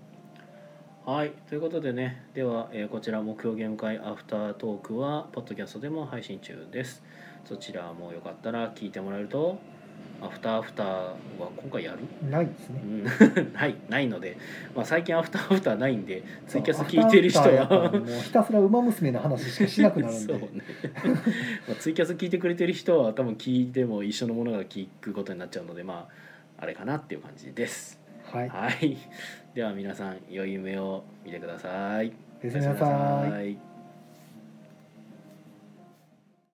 Speaker 1: はいということでねでは、えーこちら目標ゲーム会アフタートークはポッドキャストでも配信中ですそちらもよかったら聞いてもらえるとアフターアフターは今回やる
Speaker 2: ないですね
Speaker 1: うん ないないので、まあ、最近アフターアフターないんでツイキャス聞いてる人
Speaker 2: アフターや
Speaker 1: は
Speaker 2: ったらもうひたすら馬娘の話しかしなくなるんで
Speaker 1: そうねまあツイキャス聞いてくれてる人は多分聞いても一緒のものが聞くことになっちゃうのでまああれかなっていう感じです
Speaker 2: はい
Speaker 1: はいでは皆さん良い夢を見てください
Speaker 2: おやすみなさい
Speaker 1: い